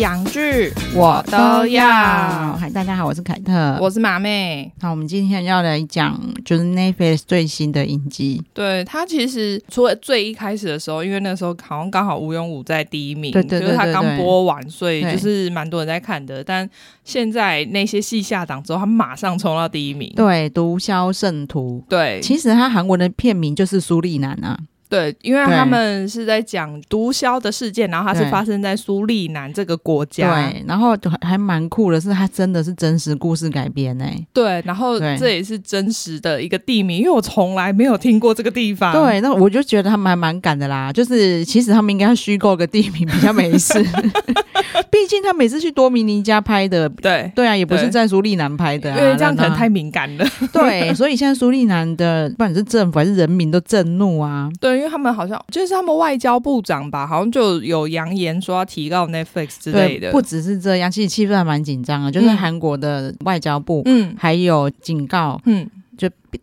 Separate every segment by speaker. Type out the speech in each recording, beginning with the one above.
Speaker 1: 港剧
Speaker 2: 我都要。
Speaker 1: 嗨，大家好，我是凯特。
Speaker 2: 我是马妹，
Speaker 1: 好，我们今天要来讲就是 Netflix 最新的影集，
Speaker 2: 对他其实除了最一开始的时候，因为那时候好像刚好吴庸武在第一名，
Speaker 1: 对对对
Speaker 2: 就是他
Speaker 1: 对对
Speaker 2: 刚播完，所以
Speaker 1: 对
Speaker 2: 就是蛮多人在看的。但现在那些戏下档之后，他马上冲到第一名。
Speaker 1: 对，毒枭圣徒。
Speaker 2: 对
Speaker 1: 其实它韩文的片名就是苏利南啊，
Speaker 2: 对，因为
Speaker 1: 对
Speaker 2: 他们是在讲毒枭的事件，然后它是
Speaker 1: 对
Speaker 2: 发生在苏利南这个国家。
Speaker 1: 对，然后就还还蛮酷的是，它真的是真实故事改编欸呢、
Speaker 2: 对，然后
Speaker 1: 对
Speaker 2: 这也是真实的一个地名，因为我从来没有听过这个地方。
Speaker 1: 对，那我就觉得他们还蛮敢的啦，就是其实他们应该要虚构个地名比较没 事，毕竟他每次去多米尼加拍的，
Speaker 2: 对
Speaker 1: 对啊，也不是
Speaker 2: 对
Speaker 1: 在苏利南拍的、啊，
Speaker 2: 因为这样可
Speaker 1: 那
Speaker 2: 能太敏感了。
Speaker 1: 对，所以现在苏利南的不管是政府还是人民都震怒啊。
Speaker 2: 对，因为他们好像就是他们外交部长吧，好像就有扬言说要提告 Netflix 之类的。
Speaker 1: 不只是这样，其实气氛还蛮紧张的，就是
Speaker 2: 嗯
Speaker 1: 韩国的外交部。
Speaker 2: 嗯
Speaker 1: 还有警告，
Speaker 2: 嗯，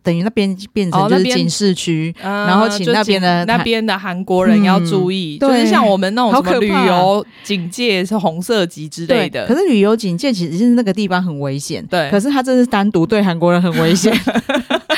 Speaker 1: 等于那边变
Speaker 2: 哦
Speaker 1: 成就
Speaker 2: 那
Speaker 1: 是
Speaker 2: 边
Speaker 1: 警示区，
Speaker 2: 呃
Speaker 1: 然后请
Speaker 2: 就
Speaker 1: 那边的
Speaker 2: 那
Speaker 1: 台
Speaker 2: 边的韩国人要注意，
Speaker 1: 嗯
Speaker 2: 就是
Speaker 1: 对
Speaker 2: 像我们那种
Speaker 1: 好
Speaker 2: 什么
Speaker 1: 可
Speaker 2: 旅
Speaker 1: 怕
Speaker 2: 游警戒是红色级之类的
Speaker 1: 可。是旅游警戒其实是那个地方很危险，
Speaker 2: 对
Speaker 1: 可是他这是单独对韩国人很危 险，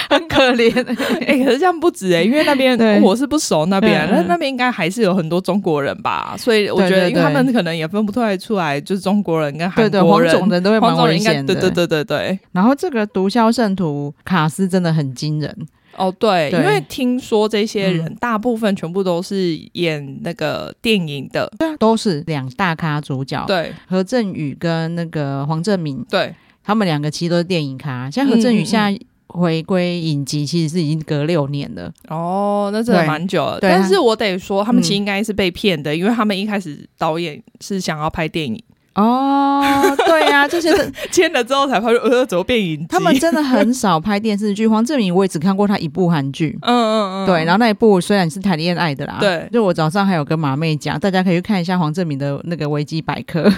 Speaker 1: 很可怜。
Speaker 2: 哎、可是这样不止哎、因为那边
Speaker 1: 对
Speaker 2: 我是不熟那边啊，
Speaker 1: 嗯
Speaker 2: 那
Speaker 1: 嗯
Speaker 2: 那边应该还是有很多中国人吧，所以我觉
Speaker 1: 对对
Speaker 2: 得，因为他
Speaker 1: 对
Speaker 2: 们可能也分不太出来，就是中国人跟韩
Speaker 1: 对对，
Speaker 2: 国
Speaker 1: 黄
Speaker 2: 人。
Speaker 1: 种人都会蛮
Speaker 2: 黄种
Speaker 1: 危
Speaker 2: 人应该
Speaker 1: 险的。
Speaker 2: 对对对对对，
Speaker 1: 然后这个毒枭圣徒卡斯真的很惊人，
Speaker 2: 哦，对，
Speaker 1: 对
Speaker 2: 因为听说这些人、
Speaker 1: 嗯
Speaker 2: 大部分全部都是演那个电影的，
Speaker 1: 对啊，都是两大咖主角，
Speaker 2: 对
Speaker 1: 何振宇跟那个黄正明，
Speaker 2: 对
Speaker 1: 他们两个其实都是电影咖。像何振宇现在回归影集，其实是已经隔六年了。
Speaker 2: 哦，那真的
Speaker 1: 对
Speaker 2: 蛮久了。
Speaker 1: 对
Speaker 2: 但是我得说，他们
Speaker 1: 嗯
Speaker 2: 其实应该是被骗的，因为他们一开始导演是想要拍电影，
Speaker 1: 哦，对啊，这些的
Speaker 2: 签了之后才发现，呃，怎么变影集？
Speaker 1: 他们真的很少拍电视剧。黄正明我也只看过他一部韩剧。
Speaker 2: 嗯嗯嗯，
Speaker 1: 对，然后那一部虽然是谈恋爱的啦，
Speaker 2: 对
Speaker 1: 就我早上还有跟马妹讲，大家可以去看一下黄正明的那个维基百 科，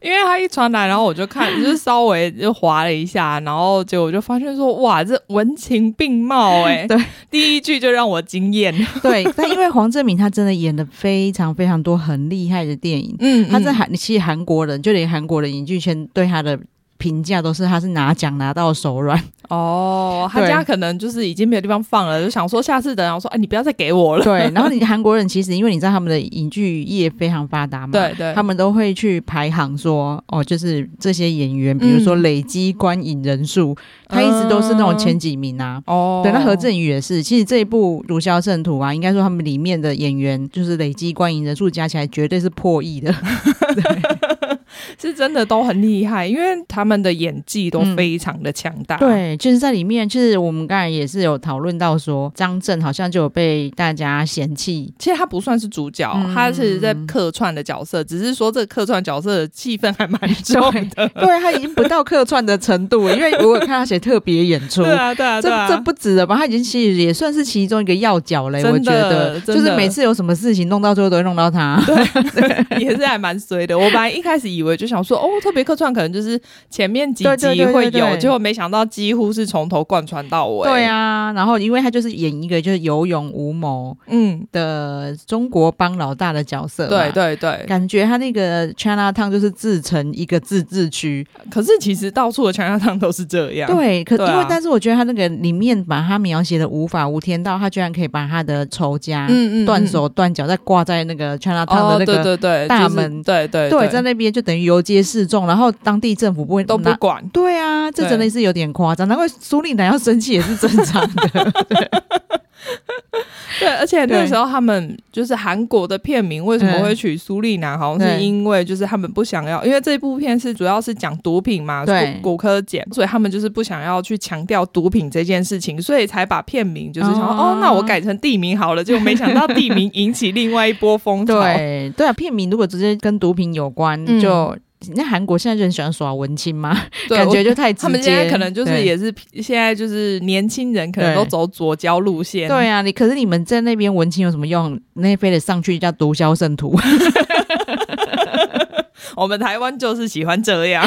Speaker 2: 因为他一传来，然后我就看，就是稍微就划了一下，然后结果我就发现说，哇，这文情并茂哎、
Speaker 1: 对，
Speaker 2: 第一句就让我惊艳。
Speaker 1: 对，但因为黄正明他真的演了非常非常多很厉害的电影，
Speaker 2: 嗯
Speaker 1: 他在韩，其实韩国人就连韩国的影剧圈对他的评价都是他是拿奖拿到手软，
Speaker 2: 哦，他
Speaker 1: 对
Speaker 2: 家可能就是已经没有地方放了，就想说下次等，然后说，哎，你不要再给我 了。
Speaker 1: 对。然后你韩国人其实因为你知道他们的影剧业非常发达嘛，
Speaker 2: 对对
Speaker 1: 他们都会去排行说，哦，就是这些演员，比如说
Speaker 2: 嗯
Speaker 1: 累积观影人数，他一直都是那种前几名啊。
Speaker 2: 哦
Speaker 1: 对，那何振宇也是。其实这一部《如枭圣徒》啊，应该说他们里面的演员就是累积观影人数加起来绝对是破亿 的。
Speaker 2: 是真的都很厉害，因为他们的演技都
Speaker 1: 嗯
Speaker 2: 非常的强大。
Speaker 1: 对，就是在里面，其实我们刚才也是有讨论到说，张震好像就有被大家嫌弃。
Speaker 2: 其实他不算是主角，
Speaker 1: 嗯
Speaker 2: 他是在客串的角色，只是说这个客串角色的气氛还蛮重 的。
Speaker 1: 对他已经不到客串的程度了，因为我有看他写特别演出。
Speaker 2: 对啊，对啊，对
Speaker 1: 这
Speaker 2: 啊，
Speaker 1: 这不止了吧？他已经其实也算是其中一个要角嘞，
Speaker 2: 真的
Speaker 1: 我觉得，
Speaker 2: 真
Speaker 1: 就
Speaker 2: 的
Speaker 1: 是每次有什么事情弄到最后都会弄到 他。
Speaker 2: 也是还蛮衰的。我本来一开始以为就想说，哦，特别客串可能就是前面几
Speaker 1: 对
Speaker 2: 集
Speaker 1: 对对对
Speaker 2: 会有，
Speaker 1: 对
Speaker 2: 结果没想到几乎是从头贯穿到尾。
Speaker 1: 对，啊，然后因为他就是演一个就是有勇无谋
Speaker 2: 嗯，
Speaker 1: 的中国帮老大的角色嘛，
Speaker 2: 对对对。
Speaker 1: 感觉他那个 China Town 就是自成一个自治区，
Speaker 2: 可是其实到处的全家汤都是这样。
Speaker 1: 对，可、
Speaker 2: 对
Speaker 1: 因为
Speaker 2: 啊
Speaker 1: 但是我觉得他那个里面把他描写的无法无天道，他居然可以把他的仇家、
Speaker 2: 嗯，嗯嗯，
Speaker 1: 断手断脚，再挂在那个 China Town 的
Speaker 2: 哦，
Speaker 1: 那
Speaker 2: 对
Speaker 1: 个。
Speaker 2: 对对，
Speaker 1: 大
Speaker 2: 就是
Speaker 1: 门
Speaker 2: 对对
Speaker 1: 对在那边就等于游街示众，然后当地政府不会
Speaker 2: 都不
Speaker 1: 拿
Speaker 2: 管。
Speaker 1: 对啊，这
Speaker 2: 对
Speaker 1: 真的是有点夸张。难怪苏丽南要生气也是正常的。
Speaker 2: 对，而且那
Speaker 1: 对
Speaker 2: 时候他们就是韩国的片名为什么
Speaker 1: 嗯
Speaker 2: 会取苏丽南，好像是
Speaker 1: 对
Speaker 2: 因为就是他们不想要，因为这部片是主要是讲毒品嘛，
Speaker 1: 对
Speaker 2: 骨骨科碱，所以他们就是不想要去强调毒品这件事情，所以才把片名就是想说
Speaker 1: 哦
Speaker 2: 哦，那我改成地名好了，结果没想到地名引起另外一波风潮。
Speaker 1: 对对啊，片名如果直接跟毒品有关，
Speaker 2: 嗯
Speaker 1: 就那韩国现在就很喜欢耍文青嘛，
Speaker 2: 对，
Speaker 1: 感
Speaker 2: 我
Speaker 1: 觉就太直接。
Speaker 2: 他们现在可能就是
Speaker 1: 对
Speaker 2: 也是现在就是年轻人可能
Speaker 1: 对
Speaker 2: 都走左交路线，
Speaker 1: 对啊，你可是你们在那边文青有什么用？那非得上去叫毒枭圣 徒。
Speaker 2: 我们台湾就是喜欢这样。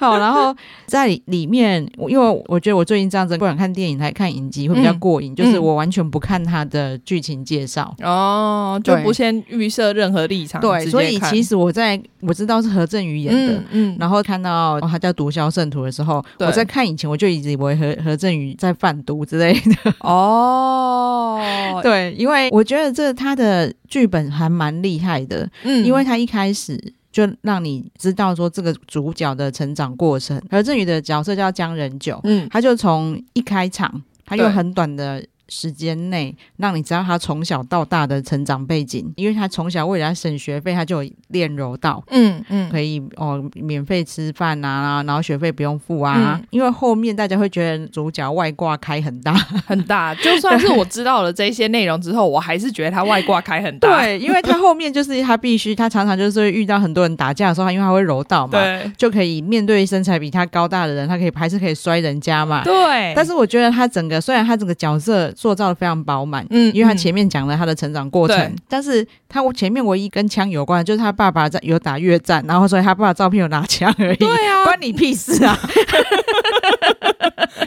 Speaker 1: 好，然后在里面，我因为我觉得我最近这样子，不管看电影还看影集会比较过瘾，就是我完全不看它的剧情介绍。
Speaker 2: 哦，就
Speaker 1: 对
Speaker 2: 不先预设任何立场，
Speaker 1: 对，
Speaker 2: 直接
Speaker 1: 所以
Speaker 2: 看
Speaker 1: 其实我在我知道是何振宇演的，
Speaker 2: 嗯嗯，
Speaker 1: 然后看到、哦、他叫《毒枭圣徒》的时候，
Speaker 2: 对
Speaker 1: 我在看以前我就一直以为何何振宇在贩毒之类的。
Speaker 2: 哦，
Speaker 1: 对，因为我觉得这他的剧本还蛮厉害的，
Speaker 2: 嗯
Speaker 1: 因为他一开始。就让你知道说这个主角的成长过程。何振宇的角色叫江仁九，
Speaker 2: 嗯
Speaker 1: 他就从一开场，他用
Speaker 2: 对
Speaker 1: 很短的时间内让你知道他从小到大的成长背景，因为他从小为了要省学费，他就有练柔道。
Speaker 2: 嗯嗯，
Speaker 1: 可以哦，免费吃饭啊，然后学费不用付啊。
Speaker 2: 嗯
Speaker 1: 因为后面大家会觉得主角外挂开很大，
Speaker 2: 很大。就算是我知道了这些内容之后，我还是觉得他外挂开很 大。
Speaker 1: 对，因为他后面就是他必须，他常常就是会遇到很多人打架的时候，他因为他会柔道嘛，
Speaker 2: 对
Speaker 1: 就可以面对身材比他高大的人，他可以还是可以摔人家嘛。
Speaker 2: 对，
Speaker 1: 但
Speaker 2: 是
Speaker 1: 是我觉得他整个虽然他整个角色塑造的非常饱满，
Speaker 2: 嗯
Speaker 1: 因为他前面讲了他的成长过
Speaker 2: 对
Speaker 1: 程，但是他前面唯一跟枪有关的，就是他爸爸在有打越战，然后所以他爸爸照片有拿枪而已，
Speaker 2: 对啊，
Speaker 1: 关你屁事啊！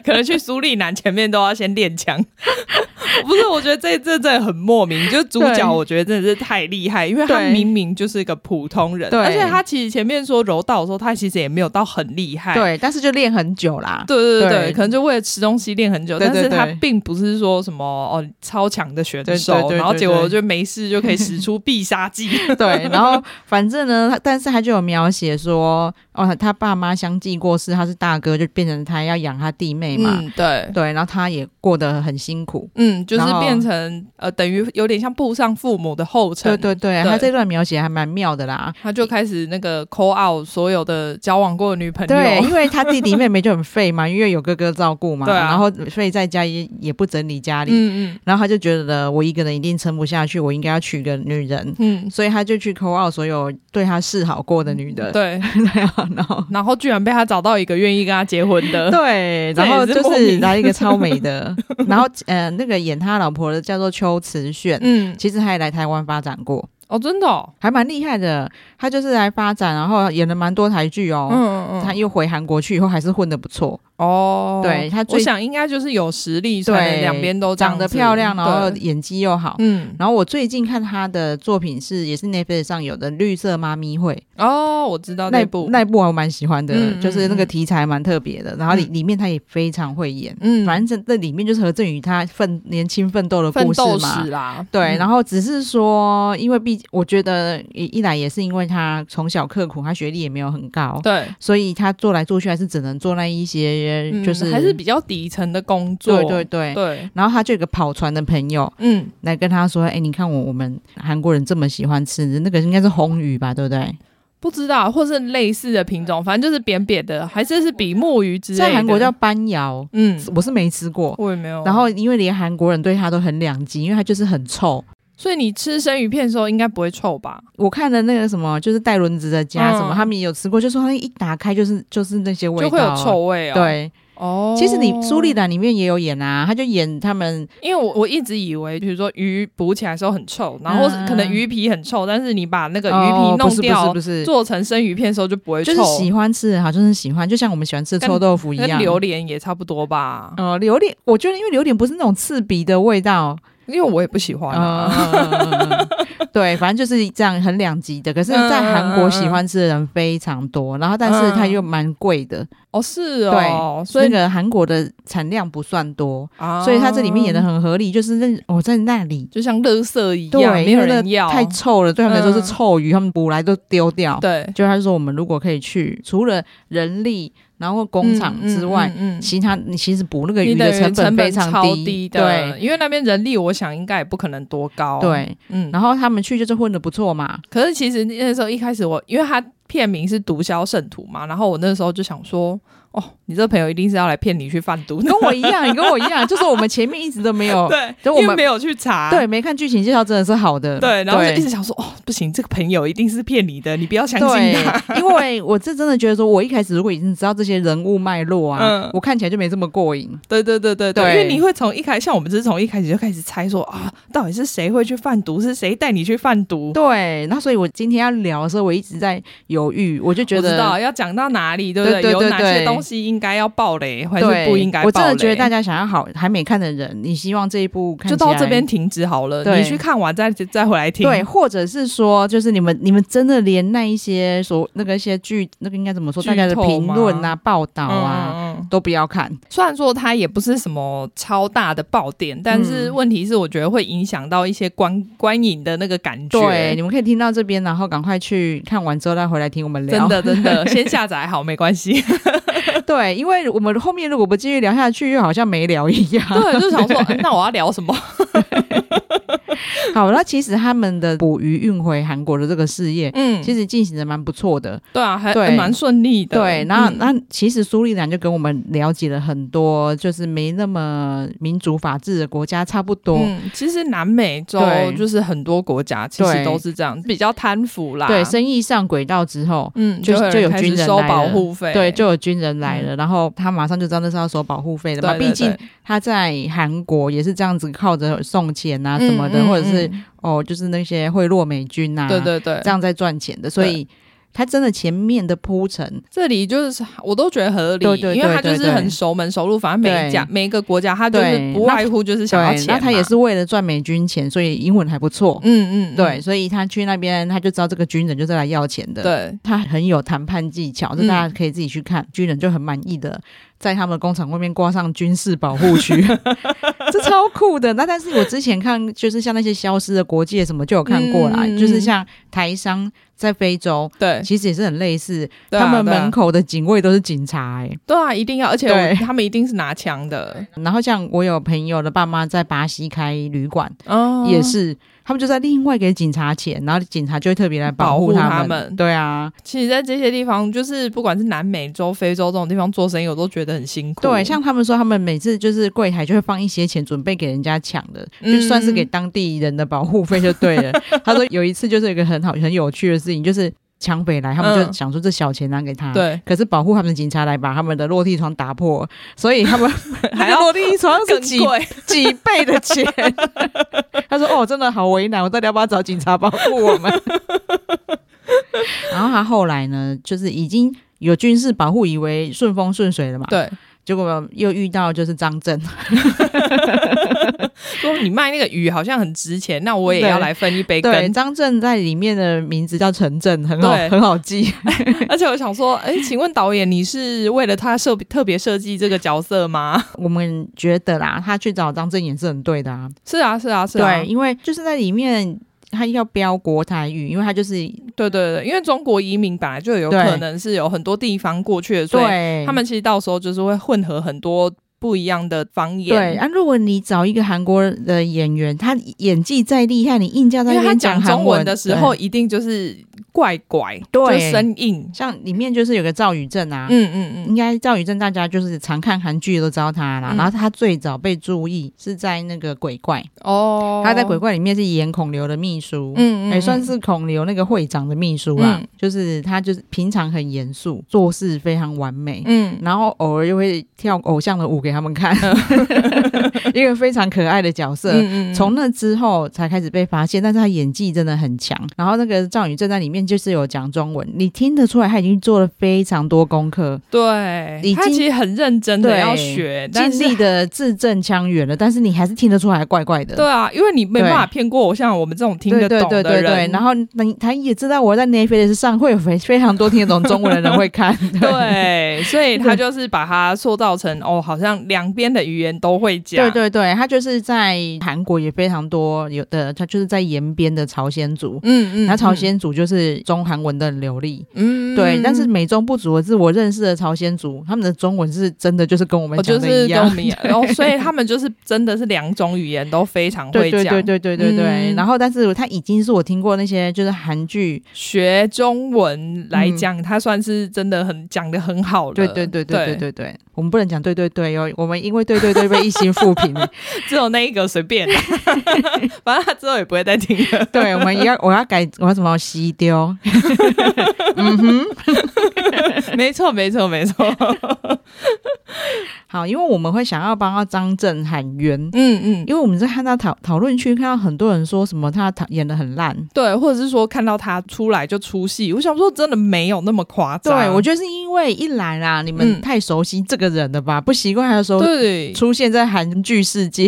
Speaker 2: 可能去苏利南前面都要先练枪。 不是，我觉得这这真的很莫名。就是主
Speaker 1: 对
Speaker 2: 角，我觉得真的是太厉害，因为他
Speaker 1: 对
Speaker 2: 明明就是一个普通人，
Speaker 1: 对
Speaker 2: 而且他其实前面说柔道的时候，他其实也没有到很厉害。。
Speaker 1: 对，但是就练很久啦。
Speaker 2: 对对对对，
Speaker 1: 对
Speaker 2: 可能就为了吃东西练很久，
Speaker 1: 对对
Speaker 2: 但是
Speaker 1: 对
Speaker 2: 他并不是说什么哦超强的选
Speaker 1: 对对
Speaker 2: 手，
Speaker 1: 对对
Speaker 2: 然后结果
Speaker 1: 对
Speaker 2: 就没事就可以使出必杀技。
Speaker 1: 对，然后反正呢，他但是他就有描写说，哦，他爸妈相继过世，他是大哥，就变成他要养他弟妹嘛。
Speaker 2: 嗯，对，
Speaker 1: 对，然后他也过得很辛苦。
Speaker 2: 嗯，就是
Speaker 1: 然后
Speaker 2: 变成呃，等于有点像步上父母的后尘。
Speaker 1: 对对对，
Speaker 2: 对
Speaker 1: 他这段描写还蛮妙的啦。
Speaker 2: 他就开始那个 call out 所有的交往过的女朋友，
Speaker 1: 对，因为他弟弟妹妹就很废嘛，因为有哥哥照顾嘛，
Speaker 2: 对啊
Speaker 1: 然后所以在家也也不整理家里，
Speaker 2: 嗯
Speaker 1: 然后他就觉得我一个人一定撑不下去，我应该要娶个女人，
Speaker 2: 嗯
Speaker 1: 所以他就去扣 out 所有对他示好过的女
Speaker 2: 嗯，
Speaker 1: 人，
Speaker 2: 对，
Speaker 1: 对啊， 然后
Speaker 2: 然后居然被他找到一个愿意跟他结婚 的，
Speaker 1: 对，
Speaker 2: 这
Speaker 1: 然后
Speaker 2: 也是
Speaker 1: 就
Speaker 2: 莫
Speaker 1: 是
Speaker 2: 名
Speaker 1: 来一个超美 的，然后呃，那个演他老婆的叫做邱慈炫，
Speaker 2: 嗯，
Speaker 1: 其实他也来台湾发展过，
Speaker 2: 哦，真的、哦，
Speaker 1: 还蛮厉害的。他就是来发展，然后演了蛮多台剧哦。
Speaker 2: 嗯嗯
Speaker 1: 他又回韩国去以后，还是混的不错，
Speaker 2: 哦，
Speaker 1: 对他
Speaker 2: 我
Speaker 1: 最
Speaker 2: 想应该就是有实力，才能
Speaker 1: 对
Speaker 2: 两边都这样
Speaker 1: 长
Speaker 2: 子
Speaker 1: 得漂亮，然后
Speaker 2: 对
Speaker 1: 演技又好。
Speaker 2: 嗯，
Speaker 1: 然后我最近看他的作品是，也是 Netflix 上有的《绿色妈咪会》
Speaker 2: 哦，我知道
Speaker 1: 那
Speaker 2: 那部，
Speaker 1: 那一部我蛮喜欢的，
Speaker 2: 嗯嗯
Speaker 1: 就是那个
Speaker 2: 嗯
Speaker 1: 题材蛮特别的。然后里
Speaker 2: 嗯
Speaker 1: 里面他也非常会演，
Speaker 2: 嗯，
Speaker 1: 反正这里面就是何振宇他奋年轻奋斗的
Speaker 2: 奋
Speaker 1: 故事
Speaker 2: 斗
Speaker 1: 嘛
Speaker 2: 史。啦，嗯
Speaker 1: 对，然
Speaker 2: 后
Speaker 1: 后只是说，因为毕，我觉得一一来也是因为他从小刻苦，他学历也没有很高，
Speaker 2: 对，
Speaker 1: 所以他做来做去还是只能做那一些，
Speaker 2: 嗯
Speaker 1: 嗯就是
Speaker 2: 还是比较底层的工作，
Speaker 1: 对对对。
Speaker 2: 对，
Speaker 1: 然后他就有一个跑船的朋友
Speaker 2: 嗯，
Speaker 1: 来跟他说：“哎，你看我我们韩国人这么喜欢吃那个应该是红鱼吧，对不对？
Speaker 2: 不知道，或是类似的品种，反正就是扁扁的，还是是比目鱼之类的。
Speaker 1: 在韩国叫斑瑶，
Speaker 2: 嗯，哦
Speaker 1: 我是没吃过。
Speaker 2: 我也没有。
Speaker 1: 然后因为连韩国人对他都很两极，因为他就是很臭，
Speaker 2: 所以你吃生鱼片的时候应该不会臭吧？
Speaker 1: 我看的那个什么，就是带轮子的家
Speaker 2: 嗯
Speaker 1: 什么，他们也有吃过，就说他一打开就是就是那些味道，
Speaker 2: 就会有臭。味哦。，
Speaker 1: 对，
Speaker 2: 哦，
Speaker 1: 其实你苏丽，兰里面也有演啊，他就演他们，
Speaker 2: 因为我我一直以为，比如说鱼捕起来的时候很臭，然后
Speaker 1: 嗯
Speaker 2: 可能鱼皮很臭，但是你把那个鱼
Speaker 1: 哦
Speaker 2: 皮
Speaker 1: 不
Speaker 2: 弄
Speaker 1: 是
Speaker 2: 掉，
Speaker 1: 不是不
Speaker 2: 做成生鱼片的时候就不会
Speaker 1: 是，
Speaker 2: 臭。
Speaker 1: 就是喜欢吃的好，就是喜欢，就像我们喜欢吃臭豆腐一
Speaker 2: 跟
Speaker 1: 样。
Speaker 2: 榴莲也差不多吧，
Speaker 1: 呃，榴莲，我觉得因为榴莲不是那种刺鼻的味道，
Speaker 2: 因为我也不喜欢、
Speaker 1: 嗯
Speaker 2: 啊。
Speaker 1: 呃， 对，反正就是这样，很两极的。可是，在韩国喜欢吃的人非常多，然后但是它又蛮贵的，
Speaker 2: 哦，是哦，嗯所
Speaker 1: 所以
Speaker 2: 以、
Speaker 1: 那个韩国的产量不算多，
Speaker 2: 啊
Speaker 1: 所以它这里面演的很合理，就是那我、在那里，
Speaker 2: 就像垃圾一样，
Speaker 1: 对，因
Speaker 2: 没有
Speaker 1: 为那
Speaker 2: 人要，
Speaker 1: 太臭了，对他们来说是
Speaker 2: 嗯
Speaker 1: 臭鱼，他们捕来都丢掉。
Speaker 2: 对。
Speaker 1: 就他就说，我们如果可以去，除了人力，然后工厂之外，
Speaker 2: 嗯嗯嗯
Speaker 1: 其他你其实捕那个
Speaker 2: 你
Speaker 1: 鱼
Speaker 2: 的
Speaker 1: 的成
Speaker 2: 本
Speaker 1: 非常
Speaker 2: 超的，
Speaker 1: 对。
Speaker 2: 因为那边人力我想应该也不可能多高，，
Speaker 1: 对，
Speaker 2: 嗯。
Speaker 1: 然后他们去就是混的不错嘛，
Speaker 2: 可是其实那时候一开始我，因为他片名是《毒枭圣徒》嘛，然后我那时候就想说，哦，你这朋友一定是要来骗你去贩毒 的
Speaker 1: 跟，我一样，你跟我一样，就是我们前面一直都没有
Speaker 2: 对，
Speaker 1: 就我们
Speaker 2: 因为没有去查，
Speaker 1: 对没看剧情介绍，真的是好的，
Speaker 2: 对，然后就一直想说，哦，不行，这个朋友一定是骗你的，你不要相信他，
Speaker 1: 对，因为我这真的觉得说，我一开始如果已经知道这些人物脉络啊，
Speaker 2: 嗯
Speaker 1: 我看起来就没这么过瘾。
Speaker 2: 对对对对
Speaker 1: 对
Speaker 2: 因为你会从一开像我们这是从一开始就开始猜说啊，到底是谁会去贩毒，是谁带你去贩毒，
Speaker 1: 对，那所以我今天要聊的时候，我一直在犹豫，我就觉
Speaker 2: 我知
Speaker 1: 得
Speaker 2: 道要讲到哪里，对不
Speaker 1: 对对
Speaker 2: 有哪
Speaker 1: 对
Speaker 2: 些
Speaker 1: 对
Speaker 2: 东西应该要爆雷，还是
Speaker 1: 对
Speaker 2: 不应该爆雷？
Speaker 1: 我真的觉得大家想要好还没看的人，你希望这一部看
Speaker 2: 就
Speaker 1: 起
Speaker 2: 到
Speaker 1: 来嗯
Speaker 2: 这边停止好了，
Speaker 1: 对
Speaker 2: 你去看完再再回来听。
Speaker 1: 对，或者是说，就是你们你们真的连那一些所那个一些剧那个应该怎么说，
Speaker 2: 剧
Speaker 1: 大家的
Speaker 2: 透
Speaker 1: 评
Speaker 2: 吗
Speaker 1: 论啊、报道
Speaker 2: 嗯，
Speaker 1: 啊、
Speaker 2: 嗯嗯
Speaker 1: 都不要看。
Speaker 2: 虽然说它也不是什么超大的爆点，但是
Speaker 1: 嗯
Speaker 2: 问题是我觉得会影响到一些观观影的那个感觉。
Speaker 1: 对，你们可以听到这边，然后赶快去看完之后再回来听我们聊。
Speaker 2: 真的真的， 先下载好没关系。
Speaker 1: 对，因为我们后面如果不继续聊下去，又好像没聊一样。
Speaker 2: 对，就想说，嗯 那我要 聊什么？
Speaker 1: 好，那其实他们的捕鱼运回韩国的这个事业，
Speaker 2: 嗯，
Speaker 1: 其实进行的蛮不错的。
Speaker 2: 对啊，还
Speaker 1: 对
Speaker 2: 还蛮顺利的。
Speaker 1: 对，那
Speaker 2: 嗯
Speaker 1: 那其实苏丽兰就跟我们了解了很多，就是没那么民主法治的国家差不多。
Speaker 2: 嗯，其实南美洲
Speaker 1: 对
Speaker 2: 就是很多国家其实
Speaker 1: 对
Speaker 2: 都是这样，比较贪腐啦。
Speaker 1: 对，生意上轨道之后，
Speaker 2: 啊嗯，
Speaker 1: 就
Speaker 2: 会有
Speaker 1: 就有
Speaker 2: 人开始
Speaker 1: 军人
Speaker 2: 收
Speaker 1: 来了
Speaker 2: 保护费，
Speaker 1: 对，就有军人来了，然后他马上就知道那是要收保护费的嘛。
Speaker 2: 嗯对对
Speaker 1: 毕竟
Speaker 2: 对
Speaker 1: 他在韩国也是这样子靠着送钱啊什么的，
Speaker 2: 嗯嗯
Speaker 1: 或者是
Speaker 2: 嗯
Speaker 1: 哦，就是那些贿赂美军啊，
Speaker 2: 对对对，
Speaker 1: 这样在赚钱的，所以。他真的前面的铺陈，
Speaker 2: 这里就是我都觉得合理，
Speaker 1: 对对对
Speaker 2: 因为他就
Speaker 1: 对
Speaker 2: 是
Speaker 1: 对
Speaker 2: 很熟门熟路，反正每一家每一个国家他就是
Speaker 1: 对
Speaker 2: 不外乎就是想要
Speaker 1: 对，
Speaker 2: 钱嘛，啊
Speaker 1: 那他也是为了赚美军钱，所以英文还不错，
Speaker 2: 嗯，嗯嗯，
Speaker 1: 对，所以他去那边他就知道这个军人就是来要钱的，，
Speaker 2: 对。
Speaker 1: 他很有谈判技巧，这
Speaker 2: 嗯
Speaker 1: 大家可以自己去看。军人就很满意的在他们的工厂外面挂上军事保护 区，这超酷的。那但是我之前看，就是像那些消失的国界什么就有看过啦，
Speaker 2: 嗯嗯嗯
Speaker 1: 就是像台商在非洲。
Speaker 2: 对，
Speaker 1: 其实也是很类似，
Speaker 2: 对啊
Speaker 1: 他们
Speaker 2: 对啊
Speaker 1: 门口的警卫都是警察、欸，
Speaker 2: 对啊，一定要，而且
Speaker 1: 对
Speaker 2: 我他们一定是拿枪的，
Speaker 1: 然后像我有朋友的爸妈在巴西开旅馆，
Speaker 2: 哦
Speaker 1: 也。是他们就在另外给警察钱，然后警察就会特别来保
Speaker 2: 保护
Speaker 1: 他
Speaker 2: 他们
Speaker 1: 对啊，
Speaker 2: 其实，在这些地方，就是不管是南美洲、非洲这种地方做生意，我都觉得很辛苦。
Speaker 1: 对，像他们说，他们每次就是柜台就会放一些钱，准备给人家抢的，
Speaker 2: 嗯
Speaker 1: 就算是给当地人的保护费就对 了。他说有一次就是有一个很好很有趣的事情，就是抢匪来，他们
Speaker 2: 嗯
Speaker 1: 就想说这小钱拿给他。。
Speaker 2: 对，
Speaker 1: 可是保护他们的警察来把他们的落地窗打破，所以他们
Speaker 2: 还要
Speaker 1: 落地窗是
Speaker 2: 更
Speaker 1: 几
Speaker 2: 贵。
Speaker 1: 几倍的钱。 他说：“哦，真的好为难，我到底要不要找警察保护我们？” 然后他后来呢，就是已经有军事保护，以为顺风顺水了嘛。
Speaker 2: 对，
Speaker 1: 结果又遇到就是张震，
Speaker 2: 说你卖那个鱼好像很值钱，那我也
Speaker 1: 对
Speaker 2: 要来分一杯
Speaker 1: 对，
Speaker 2: 羹。
Speaker 1: 张震在里面的名字叫陈震，很好
Speaker 2: 对
Speaker 1: 很好记。
Speaker 2: 而且我想说，哎，请问导演，你是为了他设特别设计这个角色吗？
Speaker 1: 我们觉得啦，他去找张震也是很对的啊，
Speaker 2: 是啊，是啊，是啊。
Speaker 1: 对，因为就是在里面。他要标国台语，因为他就是
Speaker 2: 对对对，因为中国移民本来就有
Speaker 1: 对
Speaker 2: 可能是有很多地方过去的，所以
Speaker 1: 对
Speaker 2: 他们其实到时候就是会混合很多不一样的方言。
Speaker 1: 对啊。如果你找一个韩国的演员，他演技再厉害，你硬叫在
Speaker 2: 因
Speaker 1: 那
Speaker 2: 为他
Speaker 1: 边
Speaker 2: 讲
Speaker 1: 韩
Speaker 2: 中文的时候，
Speaker 1: 对
Speaker 2: 一定就是怪怪，
Speaker 1: 对
Speaker 2: 就生硬。
Speaker 1: 像里面就是有个赵宇正啊，
Speaker 2: 嗯嗯
Speaker 1: 应
Speaker 2: 嗯，
Speaker 1: 该赵宇正大家就是常看韩剧都知道他啦。
Speaker 2: 嗯
Speaker 1: 然后他最早被注意是在那个《鬼怪》，
Speaker 2: 哦，
Speaker 1: 他在《鬼怪》里面是演孔刘的秘书。
Speaker 2: 嗯，嗯嗯，
Speaker 1: 也、算是孔刘那个会长的秘书啦，
Speaker 2: 嗯
Speaker 1: 就是他就是平常很严肃，做事非常完美，
Speaker 2: 嗯。
Speaker 1: 然后偶尔又会跳偶像的舞给他们看， 一个非常可爱的角色。
Speaker 2: 嗯嗯，
Speaker 1: 从那之后才开始被发现，但是他演技真的很强。然后那个赵宇正在里面就是有讲中文，你听得出来他已经做了非常多功课，
Speaker 2: 对，
Speaker 1: 已
Speaker 2: 他
Speaker 1: 经
Speaker 2: 其实很认真的
Speaker 1: 对
Speaker 2: 要学，但
Speaker 1: 尽力
Speaker 2: 是
Speaker 1: 的字正腔圆了，但是你还是听得出来怪怪的。
Speaker 2: 对啊，因为你没
Speaker 1: 对
Speaker 2: 办法骗过我，像我们这种听
Speaker 1: 对
Speaker 2: 得
Speaker 1: 对
Speaker 2: 懂
Speaker 1: 对
Speaker 2: 的
Speaker 1: 对对，
Speaker 2: 人，
Speaker 1: 然后你他也知道我在 Netflix 上会有非非常多听得懂中文的人会 看，
Speaker 2: 对，所以
Speaker 1: 嗯
Speaker 2: 他就是把它塑造成哦，好像两边的语言都会讲。
Speaker 1: 对对对，他就是在韩国也非常多有的，他就是在延边的朝鲜族，
Speaker 2: 嗯，嗯嗯，
Speaker 1: 那朝鲜族就是中韩文的很流利，
Speaker 2: 嗯，嗯，
Speaker 1: 对，但是
Speaker 2: 嗯
Speaker 1: 美中不足的是，我认识的朝鲜族，他们的中文是真的就是跟我们
Speaker 2: 我
Speaker 1: 讲
Speaker 2: 哦就
Speaker 1: 的
Speaker 2: 是
Speaker 1: 一
Speaker 2: 跟
Speaker 1: 样
Speaker 2: 我。们一样，然后所以他们就是真的是两种语言都非常
Speaker 1: 对
Speaker 2: 会
Speaker 1: 对
Speaker 2: 讲，
Speaker 1: 对对对对对，
Speaker 2: 嗯
Speaker 1: 然后但是他已经是我听过那些就是韩剧，
Speaker 2: 学中文来讲，他算是真的很讲的很好了。
Speaker 1: 对对对对对
Speaker 2: 对，
Speaker 1: 对对，我们不能讲对对对哦，我们因为对对对被一心复 评，
Speaker 2: 只有那一个随便， 反正他之后也不会再听了。
Speaker 1: 对，我们也要我要改我要什么西丢，
Speaker 2: 没错没错没错。
Speaker 1: 好，因为我们会想要帮到张震喊冤，
Speaker 2: 嗯嗯，
Speaker 1: 因为我们在看到讨讨论区看到很多人说什么他讨演的很烂，
Speaker 2: 对，或者是说看到他出来就出戏，我想说真的没有那么夸张。
Speaker 1: 对我觉得是因为一来啦，你们
Speaker 2: 嗯
Speaker 1: 太熟悉这个人了吧，不习惯他的时候
Speaker 2: 对
Speaker 1: 出现在韩剧世 界，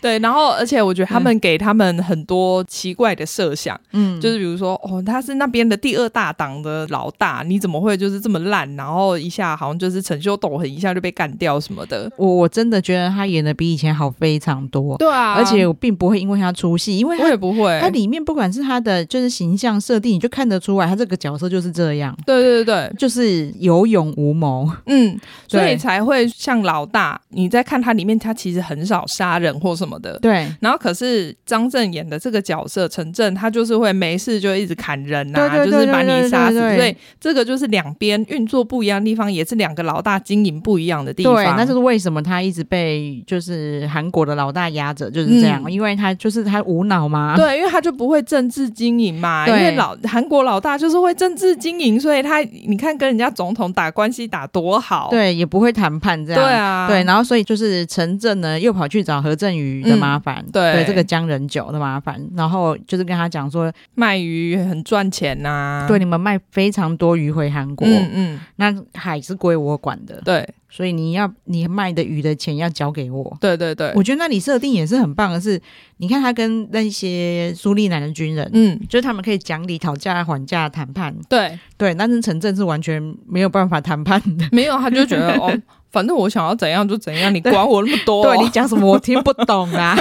Speaker 2: 对，然后而且我觉得他们给他们很多奇怪的设想，
Speaker 1: 嗯，
Speaker 2: 就是比如说哦，他是那边的第二大党的老大，你怎么会就是这么烂？然后一下好像就是陈秀斗很一下就被干掉什么的。
Speaker 1: 我我真的觉得他演的比以前好非常多，
Speaker 2: 对啊
Speaker 1: 而且我并不会因为他出戏，因为
Speaker 2: 我
Speaker 1: 他
Speaker 2: 也不会
Speaker 1: 他。里面不管是他的就是形象设定，你就看得出来他这个角色就是这样，
Speaker 2: 对对对对，
Speaker 1: 就是有勇无谋，
Speaker 2: 嗯，所
Speaker 1: 对
Speaker 2: 以才会像老大，你在看他里面，他其实很少杀人或什么的。
Speaker 1: 对。
Speaker 2: 然后可是张震演的这个角色陈震，他就是会没事就一直砍人呐、
Speaker 1: 对对对
Speaker 2: 就是把你杀死
Speaker 1: 对对对对。
Speaker 2: 所以这个就是两边运作不一样的地方，也是两个老大经营不一样的地方。
Speaker 1: 对，那就是为什么他一直被就是韩国的老大压着，就是这样，
Speaker 2: 嗯
Speaker 1: 因为他就是他无脑嘛。
Speaker 2: 对，因为他就不会政治经营嘛，因
Speaker 1: 对
Speaker 2: 为老韩国老大就是会政治经营，所以他你看跟人家总统打关系打多好，
Speaker 1: 对，也不会谈判这
Speaker 2: 对
Speaker 1: 样。
Speaker 2: 啊，
Speaker 1: 对，然后所以就是陈震呢，又跑去找何振宇的麻烦，
Speaker 2: 嗯对
Speaker 1: 这个江人九的麻烦，然后就是跟他讲说，
Speaker 2: 卖鱼很赚钱呐、
Speaker 1: 对，你们卖非常多鱼回韩国，
Speaker 2: 啊嗯嗯，
Speaker 1: 那海是归我管的，
Speaker 2: 对
Speaker 1: 所以你要你卖的鱼的钱要交给我。
Speaker 2: 对对对，
Speaker 1: 我觉得那里设定也是很棒的是，你看他跟那些苏利南的军人，
Speaker 2: 嗯
Speaker 1: 就是他们可以讲理、讨价还价、谈判，
Speaker 2: 对，
Speaker 1: 对，但是陈震是完全没有办法谈判 的。
Speaker 2: 没有他就觉得哦，反正我想要怎样就怎样，你管我那么多，
Speaker 1: 对 你讲什么我听不懂啊！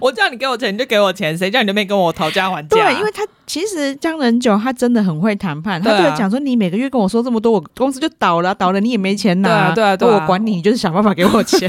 Speaker 2: 我叫你给我钱你就给我钱，谁叫你那边跟我讨价还价？
Speaker 1: 对，因 为他其实江仁九他真的很会谈判，他
Speaker 2: 对啊
Speaker 1: 就会讲说你每个月跟我说这么多，我公司就倒了啊，倒了你也没钱拿，
Speaker 2: 对啊对啊对啊
Speaker 1: 那我管你，你就是想办法给我钱。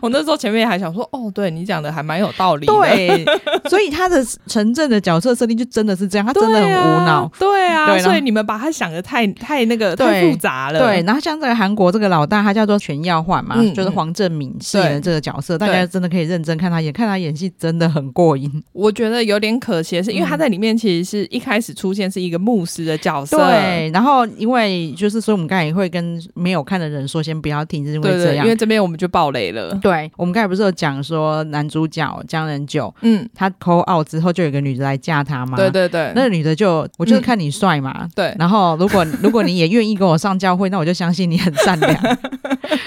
Speaker 2: 我那时候前面还想说，哦，对你讲的还蛮有道 理的，
Speaker 1: 对，所以他的城镇的角色设定就真的是这样，他
Speaker 2: 啊
Speaker 1: 真的很无脑。
Speaker 2: 对
Speaker 1: 对
Speaker 2: 啊，对
Speaker 1: 然
Speaker 2: 啊，
Speaker 1: 后
Speaker 2: 所以你们把他想的太太那个
Speaker 1: 对
Speaker 2: 太复杂了，
Speaker 1: 对，然后像这个韩国这个老大，他叫做全耀焕嘛，
Speaker 2: 嗯
Speaker 1: 就是黄正敏饰演的这个角色，大家
Speaker 2: 对
Speaker 1: 真的可以认真看他演，看他演戏真的很过瘾。
Speaker 2: 我觉得有点可惜的是，因为他在里面其实是一开始出现是一个牧师的角色，
Speaker 1: 对，然后因为就是，所以我们刚才也会跟没有看的人说，先不要听，是因为
Speaker 2: 对
Speaker 1: 这
Speaker 2: 对，因
Speaker 1: 样。
Speaker 2: 为这边我们就爆雷了，
Speaker 1: 对，我们刚才不是有讲说男主角江仁九，
Speaker 2: 嗯，
Speaker 1: 他扣 out 之后就有一个女的来嫁他嘛？
Speaker 2: 对，嗯对对，
Speaker 1: 那个女的就我就是看你帅嘛，
Speaker 2: 对
Speaker 1: 然后如果如果你也愿意跟我上教会，那我就相信你很善 良。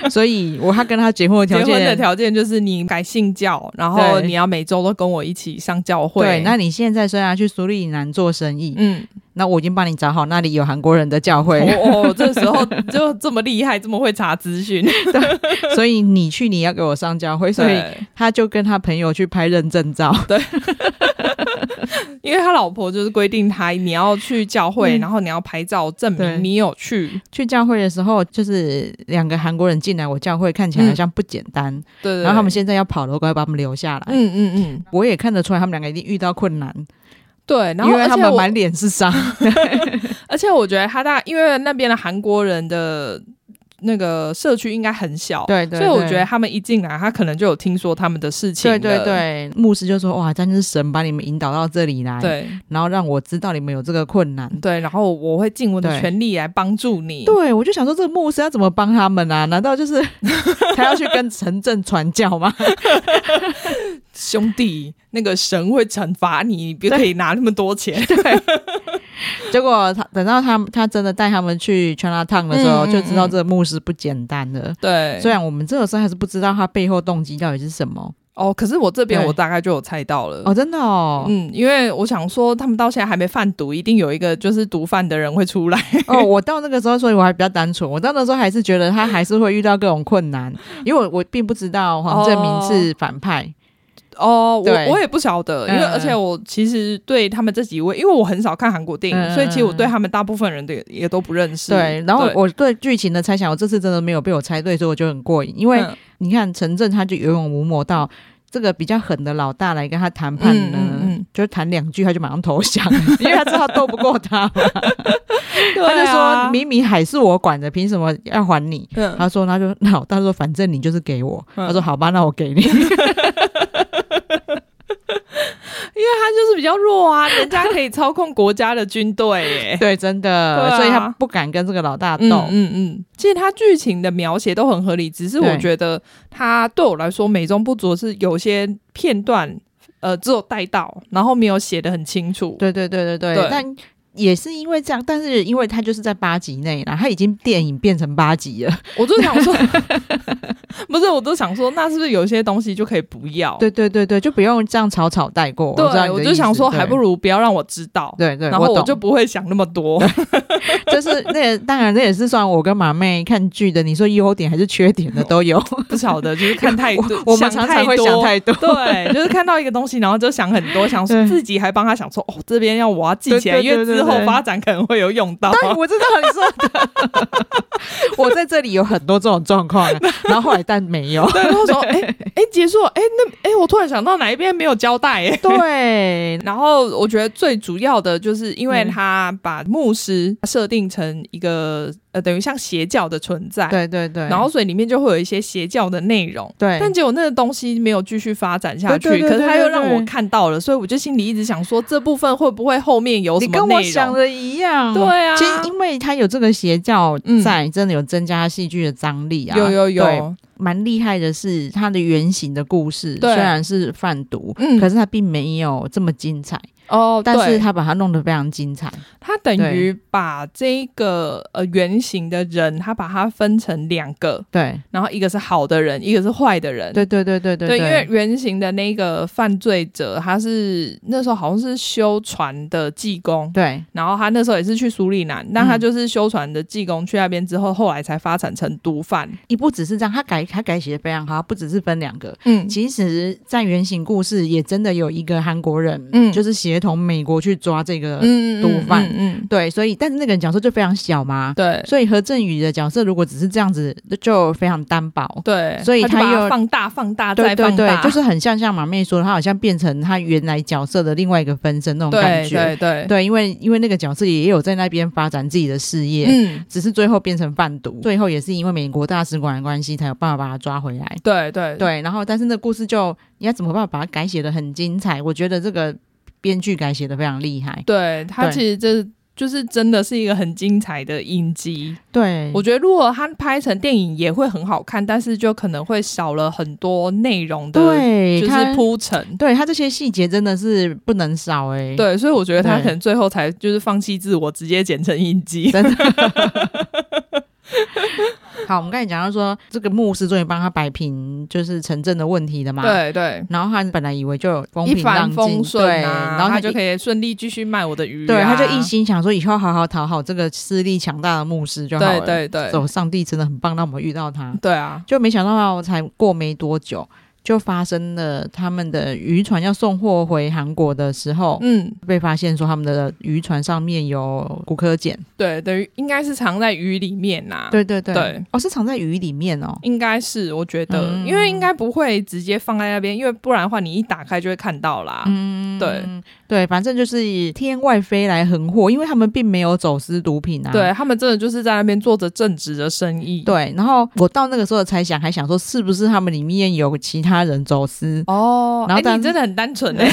Speaker 1: 所以我他跟他结婚的条
Speaker 2: 结婚的
Speaker 1: 件，
Speaker 2: 条件就是你改信教，然后
Speaker 1: 对
Speaker 2: 你要每周都跟我一起上教会，
Speaker 1: 对，那你现在虽然去苏利南做生意，
Speaker 2: 嗯，
Speaker 1: 那我已经帮你找好那里有韩国人的教
Speaker 2: 哦
Speaker 1: 会，
Speaker 2: 哦，这时候就这么厉害，这么会查资讯，
Speaker 1: 所以你去你要给我上教会，所以
Speaker 2: 对
Speaker 1: 他就跟他朋友去拍认证照。
Speaker 2: 因为他老婆就是规定他你要去教会，然后你要拍照证
Speaker 1: 嗯对
Speaker 2: 明你有去。
Speaker 1: 去教会的时候，就是两个韩国人进来我教会，看
Speaker 2: 嗯
Speaker 1: 起来好像不简单。
Speaker 2: 对对对
Speaker 1: 然后他们现在要跑了，我赶快把他们留下来。
Speaker 2: 嗯嗯嗯，
Speaker 1: 我也看得出来，他们两个一定遇到困难，
Speaker 2: 对。然
Speaker 1: 因
Speaker 2: 后
Speaker 1: 为
Speaker 2: 而
Speaker 1: 他
Speaker 2: 且
Speaker 1: 们
Speaker 2: 我哦
Speaker 1: 满脸是伤。
Speaker 2: 而且我觉得他大，因为那边的韩国人的那个社区应该很小，
Speaker 1: 对对
Speaker 2: 所以我
Speaker 1: 对
Speaker 2: 觉得他们一进来，他可能就有听说他们的事情
Speaker 1: 对
Speaker 2: 了。
Speaker 1: 对对，牧师就说：“哇，真是神把你们引导到这里来，
Speaker 2: 对
Speaker 1: 然后让我知道你们有这个困难。
Speaker 2: 对，然后我会尽我的
Speaker 1: 对
Speaker 2: 全力来帮助你。
Speaker 1: 对，我就想说，这个牧师要怎么帮他们啊？难道就是 他要去跟城镇传教吗？
Speaker 2: 兄弟，那个神会惩罚你，你别
Speaker 1: 对
Speaker 2: 可以拿那么多钱。
Speaker 1: 结果他等到他他真的带他们去全拉烫的时候，
Speaker 2: 嗯嗯
Speaker 1: 就知道
Speaker 2: 嗯
Speaker 1: 这个牧师不简单了。
Speaker 2: 对，
Speaker 1: 虽然我们这个时候还是不知道他背后动机到底是什么
Speaker 2: 哦，可是我这边
Speaker 1: 对
Speaker 2: 我大概就有猜到了。
Speaker 1: 哦，真的哦，
Speaker 2: 嗯，因为我想说，他们到现在还没贩毒，一定有一个就是毒贩的人会出来。
Speaker 1: 哦，我到那个时候，所以我还比较单纯。我到那时候还是觉得他还是会遇到各种困难，因为我我并不知道黄正明是反派，
Speaker 2: 哦，
Speaker 1: 对
Speaker 2: 我我也不晓得，因为
Speaker 1: 嗯
Speaker 2: 而且我其实对他们这几位，因为我很少看韩国电影，
Speaker 1: 嗯
Speaker 2: 所以其实我对他们大部分人的也也都不认识。
Speaker 1: 对。然后我对剧情的猜想，我这次真的没有被我猜对，所以我就很过瘾。因为
Speaker 2: 嗯
Speaker 1: 你看陈正他就有勇无谋到。这个比较狠的老大来跟他谈判呢，
Speaker 2: 嗯嗯嗯
Speaker 1: 就谈两句他就马上投降，因为他知道斗不过他，
Speaker 2: 对
Speaker 1: 他就
Speaker 2: 啊
Speaker 1: 说明明海是我管的，凭什么要还你？
Speaker 2: 嗯
Speaker 1: 他说，他就那老大说，反正你就是给我。
Speaker 2: 嗯
Speaker 1: 他说好吧，那我给你。
Speaker 2: 因因为他就是比较弱啊，人家可以操控国家的军队 耶。
Speaker 1: 对，真的，
Speaker 2: 欸对啊
Speaker 1: 所以他不敢跟这个老大斗。
Speaker 2: 嗯嗯嗯，其实他剧情的描写都很合理，只是我
Speaker 1: 对
Speaker 2: 觉得他对我来说美中不足的是有些片段，呃，只有带到，然后没有写的很清楚。
Speaker 1: 对对对对对，
Speaker 2: 对
Speaker 1: 但也是因为这样，但是因为他就是在八集内啦，他已经电影变成八集了。
Speaker 2: 我就想 说，不是，我都想说，那是不是有些东西就可以不要？
Speaker 1: 对对对对，就不用这样草草带过。
Speaker 2: 哦对，啊
Speaker 1: 我知道你的
Speaker 2: 我
Speaker 1: 意
Speaker 2: 就
Speaker 1: 思
Speaker 2: 想说，还不。
Speaker 1: 对
Speaker 2: 如不要让我知道。
Speaker 1: 对对，
Speaker 2: 然后我
Speaker 1: 懂
Speaker 2: 就不会想那么多，
Speaker 1: 就是那个，当然那也是算我跟马妹看剧的，你说优点还是缺点的都有。
Speaker 2: 不晓得就是看太多，
Speaker 1: 我我们常常会
Speaker 2: 多
Speaker 1: 想太 多，
Speaker 2: 对，就是看到一个东西，然后就想很多，想说
Speaker 1: 对
Speaker 2: 自己还帮他想说，哦，这边要我要记起来，
Speaker 1: 对对
Speaker 2: 因
Speaker 1: 对
Speaker 2: 为之后
Speaker 1: 对对
Speaker 2: 发展可能会有用到。。
Speaker 1: 对，我知道你说的。 我在这里有很多这种状况啊，然后后来但没有
Speaker 2: 对，然后说，哎哎，结束了，哎那哎，我突然想到哪一边没有交代，哎。
Speaker 1: 对，
Speaker 2: 然后我觉得最主要的就是，因为
Speaker 1: 嗯
Speaker 2: 他把牧师设定成一个呃，等于像邪教的存在，，
Speaker 1: 对对对，
Speaker 2: 然后所以里面就会有一些邪教的内容，
Speaker 1: 对，
Speaker 2: 但结果那个东西没有继续发展下去，
Speaker 1: 对对对
Speaker 2: 可是他又
Speaker 1: 对对
Speaker 2: 让
Speaker 1: 对
Speaker 2: 我看到了，所以我就心里一直想说，这部分会不会后面有什
Speaker 1: 你
Speaker 2: 么
Speaker 1: 跟
Speaker 2: 内
Speaker 1: 我
Speaker 2: 容？
Speaker 1: 想的一样，
Speaker 2: 对啊
Speaker 1: 其实因为他有这个邪教
Speaker 2: 嗯
Speaker 1: 在，真的有增加戏剧的张力啊。
Speaker 2: 有有
Speaker 1: 对，
Speaker 2: 有，
Speaker 1: 蛮厉害的是他的原型的故事，虽
Speaker 2: 对
Speaker 1: 然是贩毒，
Speaker 2: 嗯
Speaker 1: 可是他并没有这么精彩，
Speaker 2: 哦，
Speaker 1: 但是
Speaker 2: 对
Speaker 1: 他把它弄得非常精彩。
Speaker 2: 他等于把这个呃原型的人，他把它分成两个，
Speaker 1: 对，
Speaker 2: 然后一个是好的人，一个是坏的人。
Speaker 1: 对对对对对
Speaker 2: 呃对，因为原型的那个犯罪者，他是那时候好像是修船的技工，
Speaker 1: 对
Speaker 2: 然后他那时候也是去苏里南，但他
Speaker 1: 嗯
Speaker 2: 就是修船的技工去那边之后，后来才发展成毒贩。
Speaker 1: 一不只是这样，他改他改写的非常好，不只是分两个。
Speaker 2: 嗯
Speaker 1: 其实，在原型故事也真的有一个韩国人，
Speaker 2: 嗯
Speaker 1: 就是协同美国去抓这个，
Speaker 2: 嗯
Speaker 1: 毒贩
Speaker 2: 嗯，嗯
Speaker 1: 对，所以但是那个人角色就非常小嘛，
Speaker 2: 对
Speaker 1: 所以何振宇的角色如果只是这样子，就非常单薄。
Speaker 2: 对，
Speaker 1: 所以
Speaker 2: 他就
Speaker 1: 他
Speaker 2: 把它
Speaker 1: 又
Speaker 2: 放大放大再
Speaker 1: 对
Speaker 2: 放
Speaker 1: 对对
Speaker 2: 大，，
Speaker 1: 就是很像像马妹说的，她好像变成她原来角色的另外一个分身那种感
Speaker 2: 对
Speaker 1: 觉。
Speaker 2: 对对，
Speaker 1: 对因为因为那个角色也有在那边发展自己的事业，
Speaker 2: 嗯，
Speaker 1: 只是最后变成贩毒，最后也是因为美国大使馆的关系才有办法把他抓回来。
Speaker 2: 对对
Speaker 1: 对，然后但是那故事就你要怎么办法把它改写的很精彩？我觉得这个编剧改写的非常厉害。
Speaker 2: 对，他
Speaker 1: 对
Speaker 2: 其实这就是真的是一个很精彩的影集。
Speaker 1: 对，
Speaker 2: 我觉得如果他拍成电影也会很好看，但是就可能会少了很多内容的，
Speaker 1: 对
Speaker 2: 就
Speaker 1: 他
Speaker 2: 是铺陈。
Speaker 1: 对他这些细节真的是不能少哎、欸。
Speaker 2: 对，所以我觉得他
Speaker 1: 对
Speaker 2: 可能最后才就是放弃自我，直接剪成影集。
Speaker 1: 真的。 好，我们刚才讲到说，这个牧师终于帮他摆平就是城镇的问题了嘛。。
Speaker 2: 对对，
Speaker 1: 然后他本来以为就有风
Speaker 2: 一
Speaker 1: 平浪
Speaker 2: 帆
Speaker 1: 静，
Speaker 2: 风顺啊，
Speaker 1: 对，然后
Speaker 2: 他就
Speaker 1: 以。
Speaker 2: 可以顺利继续卖我的鱼、啊。
Speaker 1: 对，他就一心想说，以后好好讨好这个势力强大的牧师就好了。
Speaker 2: 对对对
Speaker 1: 走，上帝真的很棒，让我们遇到他。
Speaker 2: 对啊，
Speaker 1: 就没想到，哦才过没多久，就发生了他们的渔船要送货回韩国的时候，
Speaker 2: 嗯，
Speaker 1: 被发现说他们的渔船上面有骨科碱。
Speaker 2: 对，等于应该是藏在鱼里面呐、
Speaker 1: 对对对，
Speaker 2: 啊对
Speaker 1: 哦，是藏在鱼里面哦。
Speaker 2: 应该是，我觉得，
Speaker 1: 嗯
Speaker 2: 因为应该不会直接放在那边，因为不然的话，你一打开就会看到啦。
Speaker 1: 嗯，
Speaker 2: 对
Speaker 1: 对，反正就是天外飞来横祸，因为他们并没有走私毒品啊。
Speaker 2: 对他们真的就是在那边做着正职的生意。，，
Speaker 1: 对，然后我到那个时候才想，还想说是不是他们里面有其他人走私
Speaker 2: 哦，
Speaker 1: 然后
Speaker 2: 哎、
Speaker 1: 但
Speaker 2: 你真的很单纯哎、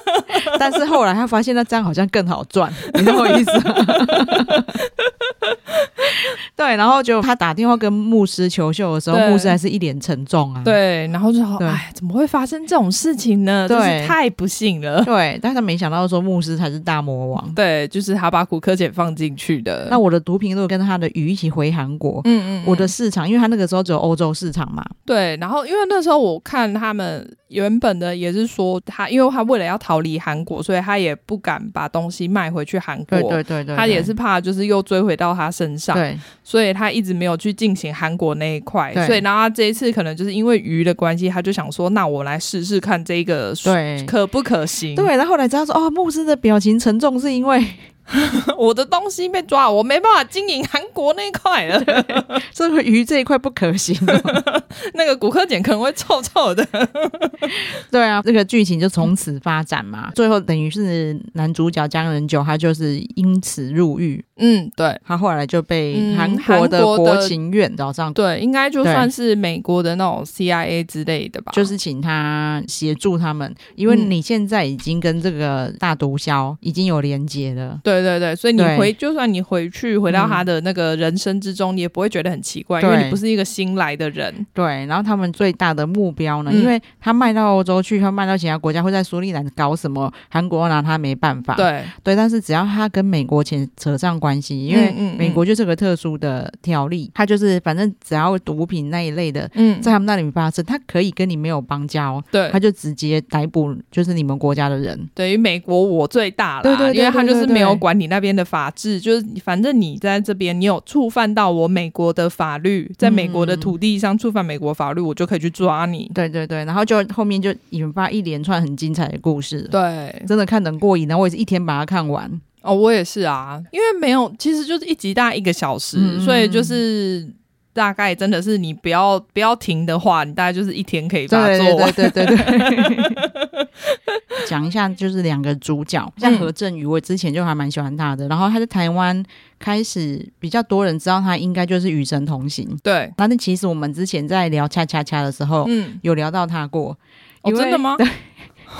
Speaker 1: 但是后来他发现那这样好像更好赚，你懂我意思吗？ 对，然后就他打电话跟牧师求救的时候，
Speaker 2: 对
Speaker 1: 牧师还是一脸沉重啊。。
Speaker 2: 对，然后就好，
Speaker 1: 对
Speaker 2: 哎，怎么会发生这种事情呢？真
Speaker 1: 对
Speaker 2: 是太不幸 了。
Speaker 1: 对，但是他没想到说牧师才是大魔王。
Speaker 2: 对，就是他把骨科碱放进去的。
Speaker 1: 那我的毒品如果跟他的鱼一起回韩国，
Speaker 2: 嗯嗯，嗯
Speaker 1: 我的市场，因为他那个时候只有欧洲市场嘛，
Speaker 2: 对，然后因为那时候我看他们原本的也是说他，因为他为了要逃离韩国，所以他也不敢把东西卖回去韩国。
Speaker 1: 对对对对，
Speaker 2: 他也
Speaker 1: 对
Speaker 2: 是怕，就是又追回到他身上，
Speaker 1: 对
Speaker 2: 所以他一直没有去进行韩国那一块
Speaker 1: 对。
Speaker 2: 所以，然后他这一次可能就是因为鱼的关系，他就想说，那我来试试看这个
Speaker 1: 对
Speaker 2: 可不可行。
Speaker 1: 对，然后后来知道说，哦，牧师的表情沉重是因为
Speaker 2: 我的东西被抓，我没办法经营韩国那一块了。
Speaker 1: 这个鱼这一块不可行、 哦。
Speaker 2: 那个骨科碱可能会臭臭 的。
Speaker 1: 对啊，这个剧情就从此发展嘛。最后等于是男主角江仁九，他就是因此入狱，
Speaker 2: 嗯，对
Speaker 1: 他后来就被
Speaker 2: 嗯
Speaker 1: 韩国的
Speaker 2: 韩国的
Speaker 1: 国情院找上，
Speaker 2: 对，应该就
Speaker 1: 对
Speaker 2: 算是美国的那种 CIA 之类的吧。
Speaker 1: 就是请他协助他们，因为
Speaker 2: 嗯
Speaker 1: 你现在已经跟这个大毒枭已经有连接了。
Speaker 2: 对对对，所以你
Speaker 1: 对
Speaker 2: 回，就算你回去回到
Speaker 1: 嗯
Speaker 2: 他的那个人生之中，你也不会觉得很奇怪，因
Speaker 1: 对
Speaker 2: 为你不是一个新来的人。
Speaker 1: 对，然后他们最大的目标呢，
Speaker 2: 嗯
Speaker 1: 因为他卖到欧洲去，他卖到其他国家，会在苏利兰搞什么？韩国拿他没办法。
Speaker 2: 对，
Speaker 1: 对，但是只要他跟美国牵扯上关系，因为
Speaker 2: 嗯嗯嗯
Speaker 1: 美国就是个特殊的条例，他就是反正只要毒品那一类的
Speaker 2: 嗯，
Speaker 1: 在他们那里发生，他可以跟你没有邦交，
Speaker 2: 对
Speaker 1: 他，就直接逮捕就是你们国家的人。
Speaker 2: 等于美国我最大啦，
Speaker 1: 对对对
Speaker 2: 因为他就是
Speaker 1: 对对对
Speaker 2: 没有管你那边的法治，就是你反正你在这边，你有触犯到我美国的法律，在美国的
Speaker 1: 嗯
Speaker 2: 土地上触犯美国法律，我就可以去抓你。
Speaker 1: 对对对，然后就后面就引发一连串很精彩的故事。
Speaker 2: 对，
Speaker 1: 真的看得很过瘾，然后我也是一天把它看完。
Speaker 2: 哦，我也是啊，因为没有，其实就是一集大概一个小时，
Speaker 1: 嗯
Speaker 2: 所以就是。大概真的是你不要不要停的话，你大概就是一天可以把它
Speaker 1: 对
Speaker 2: 做完。
Speaker 1: 对对对对对。 讲一下，就是两个主角，像
Speaker 2: 嗯
Speaker 1: 何振宇，我之前就还蛮喜欢他的。然后他在台湾开始比较多人知道他，应该就是《与神同行》。
Speaker 2: 对，
Speaker 1: 那那其实我们之前在聊恰恰恰的时候，
Speaker 2: 嗯，
Speaker 1: 有聊到他过，
Speaker 2: 哦，
Speaker 1: 哦因为
Speaker 2: 真的吗？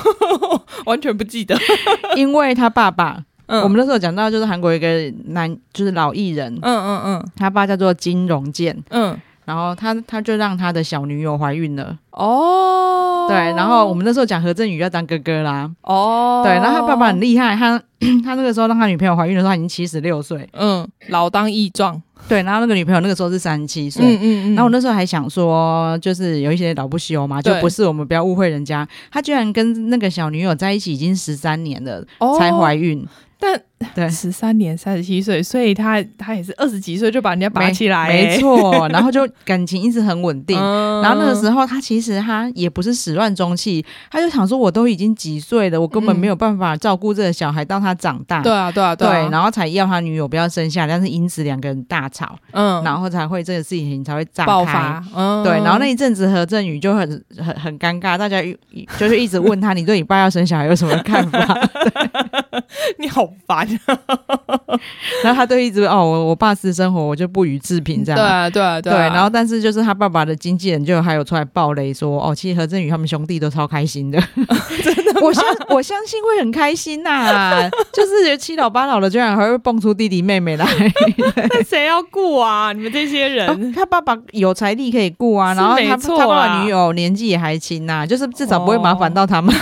Speaker 2: 完全不记得。
Speaker 1: 因为他爸爸，
Speaker 2: 嗯，
Speaker 1: 我们那时候讲到就是韩国有一个男，就是老艺人，
Speaker 2: 嗯嗯
Speaker 1: 他爸叫做金荣健，
Speaker 2: 嗯嗯，
Speaker 1: 然后他他就让他的小女友怀孕了，
Speaker 2: 哦，
Speaker 1: 对，然后我们那时候讲何振宇要当哥哥啦，
Speaker 2: 哦，
Speaker 1: 对，然后他爸爸很厉害，他 他那个时候让他女朋友怀孕的时候，他已经七十六岁，
Speaker 2: 嗯，老当益壮。
Speaker 1: 对，然后那个女朋友那个时候是三十七岁。
Speaker 2: 嗯嗯嗯。
Speaker 1: 然后我那时候还想说，就是有一些老不休嘛，就
Speaker 2: 对
Speaker 1: 不是我们不要误会人家，他居然跟那个小女友在一起已经十三年了，
Speaker 2: 哦
Speaker 1: 才怀孕，
Speaker 2: 但
Speaker 1: 对
Speaker 2: 十三年三十七岁，所以他他也是二十几岁就把人家拔
Speaker 1: 没
Speaker 2: 起来、
Speaker 1: 没错，然后就感情一直很稳定。
Speaker 2: 哎嗯
Speaker 1: 然后那个时候，他其实他也不是始乱终弃，他就想说，我都已经几岁了，我根本
Speaker 2: 嗯
Speaker 1: 没有办法照顾这个小孩到他长大。
Speaker 2: 对啊对啊
Speaker 1: 对
Speaker 2: 啊，
Speaker 1: 然后才要他女友不要生下来，但是因此两个人大吵，
Speaker 2: 嗯
Speaker 1: 然后才会这个事情才会炸开
Speaker 2: 爆。发，嗯
Speaker 1: 对，然后那一阵子何振宇就很很很尴尬，大家一就是一直问他，你对你爸要生小孩有什么看 法？
Speaker 2: 你好烦，啊
Speaker 1: 然后他都一直哦，我我爸私生活我就不予置评这
Speaker 2: 对
Speaker 1: 样。
Speaker 2: 啊对啊
Speaker 1: 对，
Speaker 2: 啊，
Speaker 1: 然后但是就是他爸爸的经纪人就还有出来爆雷说，哦，其实何振宇他们兄弟都超开心 的，真的， 我相我相信会很开心呐、就是七老八老的，居然还会蹦出弟弟妹妹来。
Speaker 2: 那谁要顾啊？你们这些 人。
Speaker 1: 哦他爸爸有财力可以顾啊，
Speaker 2: 是
Speaker 1: 然后
Speaker 2: 没
Speaker 1: 他
Speaker 2: 错哦
Speaker 1: 他爸
Speaker 2: 啦
Speaker 1: 爸女友年纪也还轻呐、就是至少不会麻烦到他 们。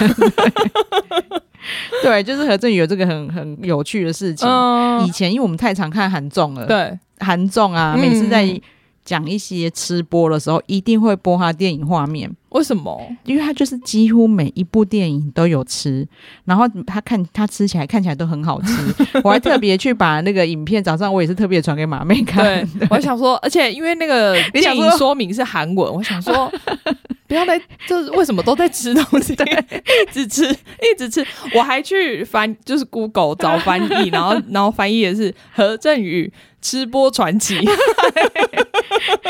Speaker 1: 对，就是何振宇有这个很很有趣的事情。
Speaker 2: 嗯
Speaker 1: 以，前因为我们太常看韩综了，
Speaker 2: 对，
Speaker 1: 韩综啊，
Speaker 2: 嗯
Speaker 1: 每次在讲一些吃播的时候，一定会播他电影画面，
Speaker 2: 为什么？
Speaker 1: 因为他就是几乎每一部电影都有吃，然后他看他吃起来看起来都很好吃。 我还特别去把那个影片，早上我也是特别传给马妹看
Speaker 2: 对。，我还想说，而且因为那个
Speaker 1: 你想
Speaker 2: 电
Speaker 1: 说
Speaker 2: 影说明是韩文，我 想说，不要再就是为什么都在吃东西，一直吃，一直吃。我还去翻，就是 Google 找翻译，然后然后翻译也是何振宇吃播 传奇，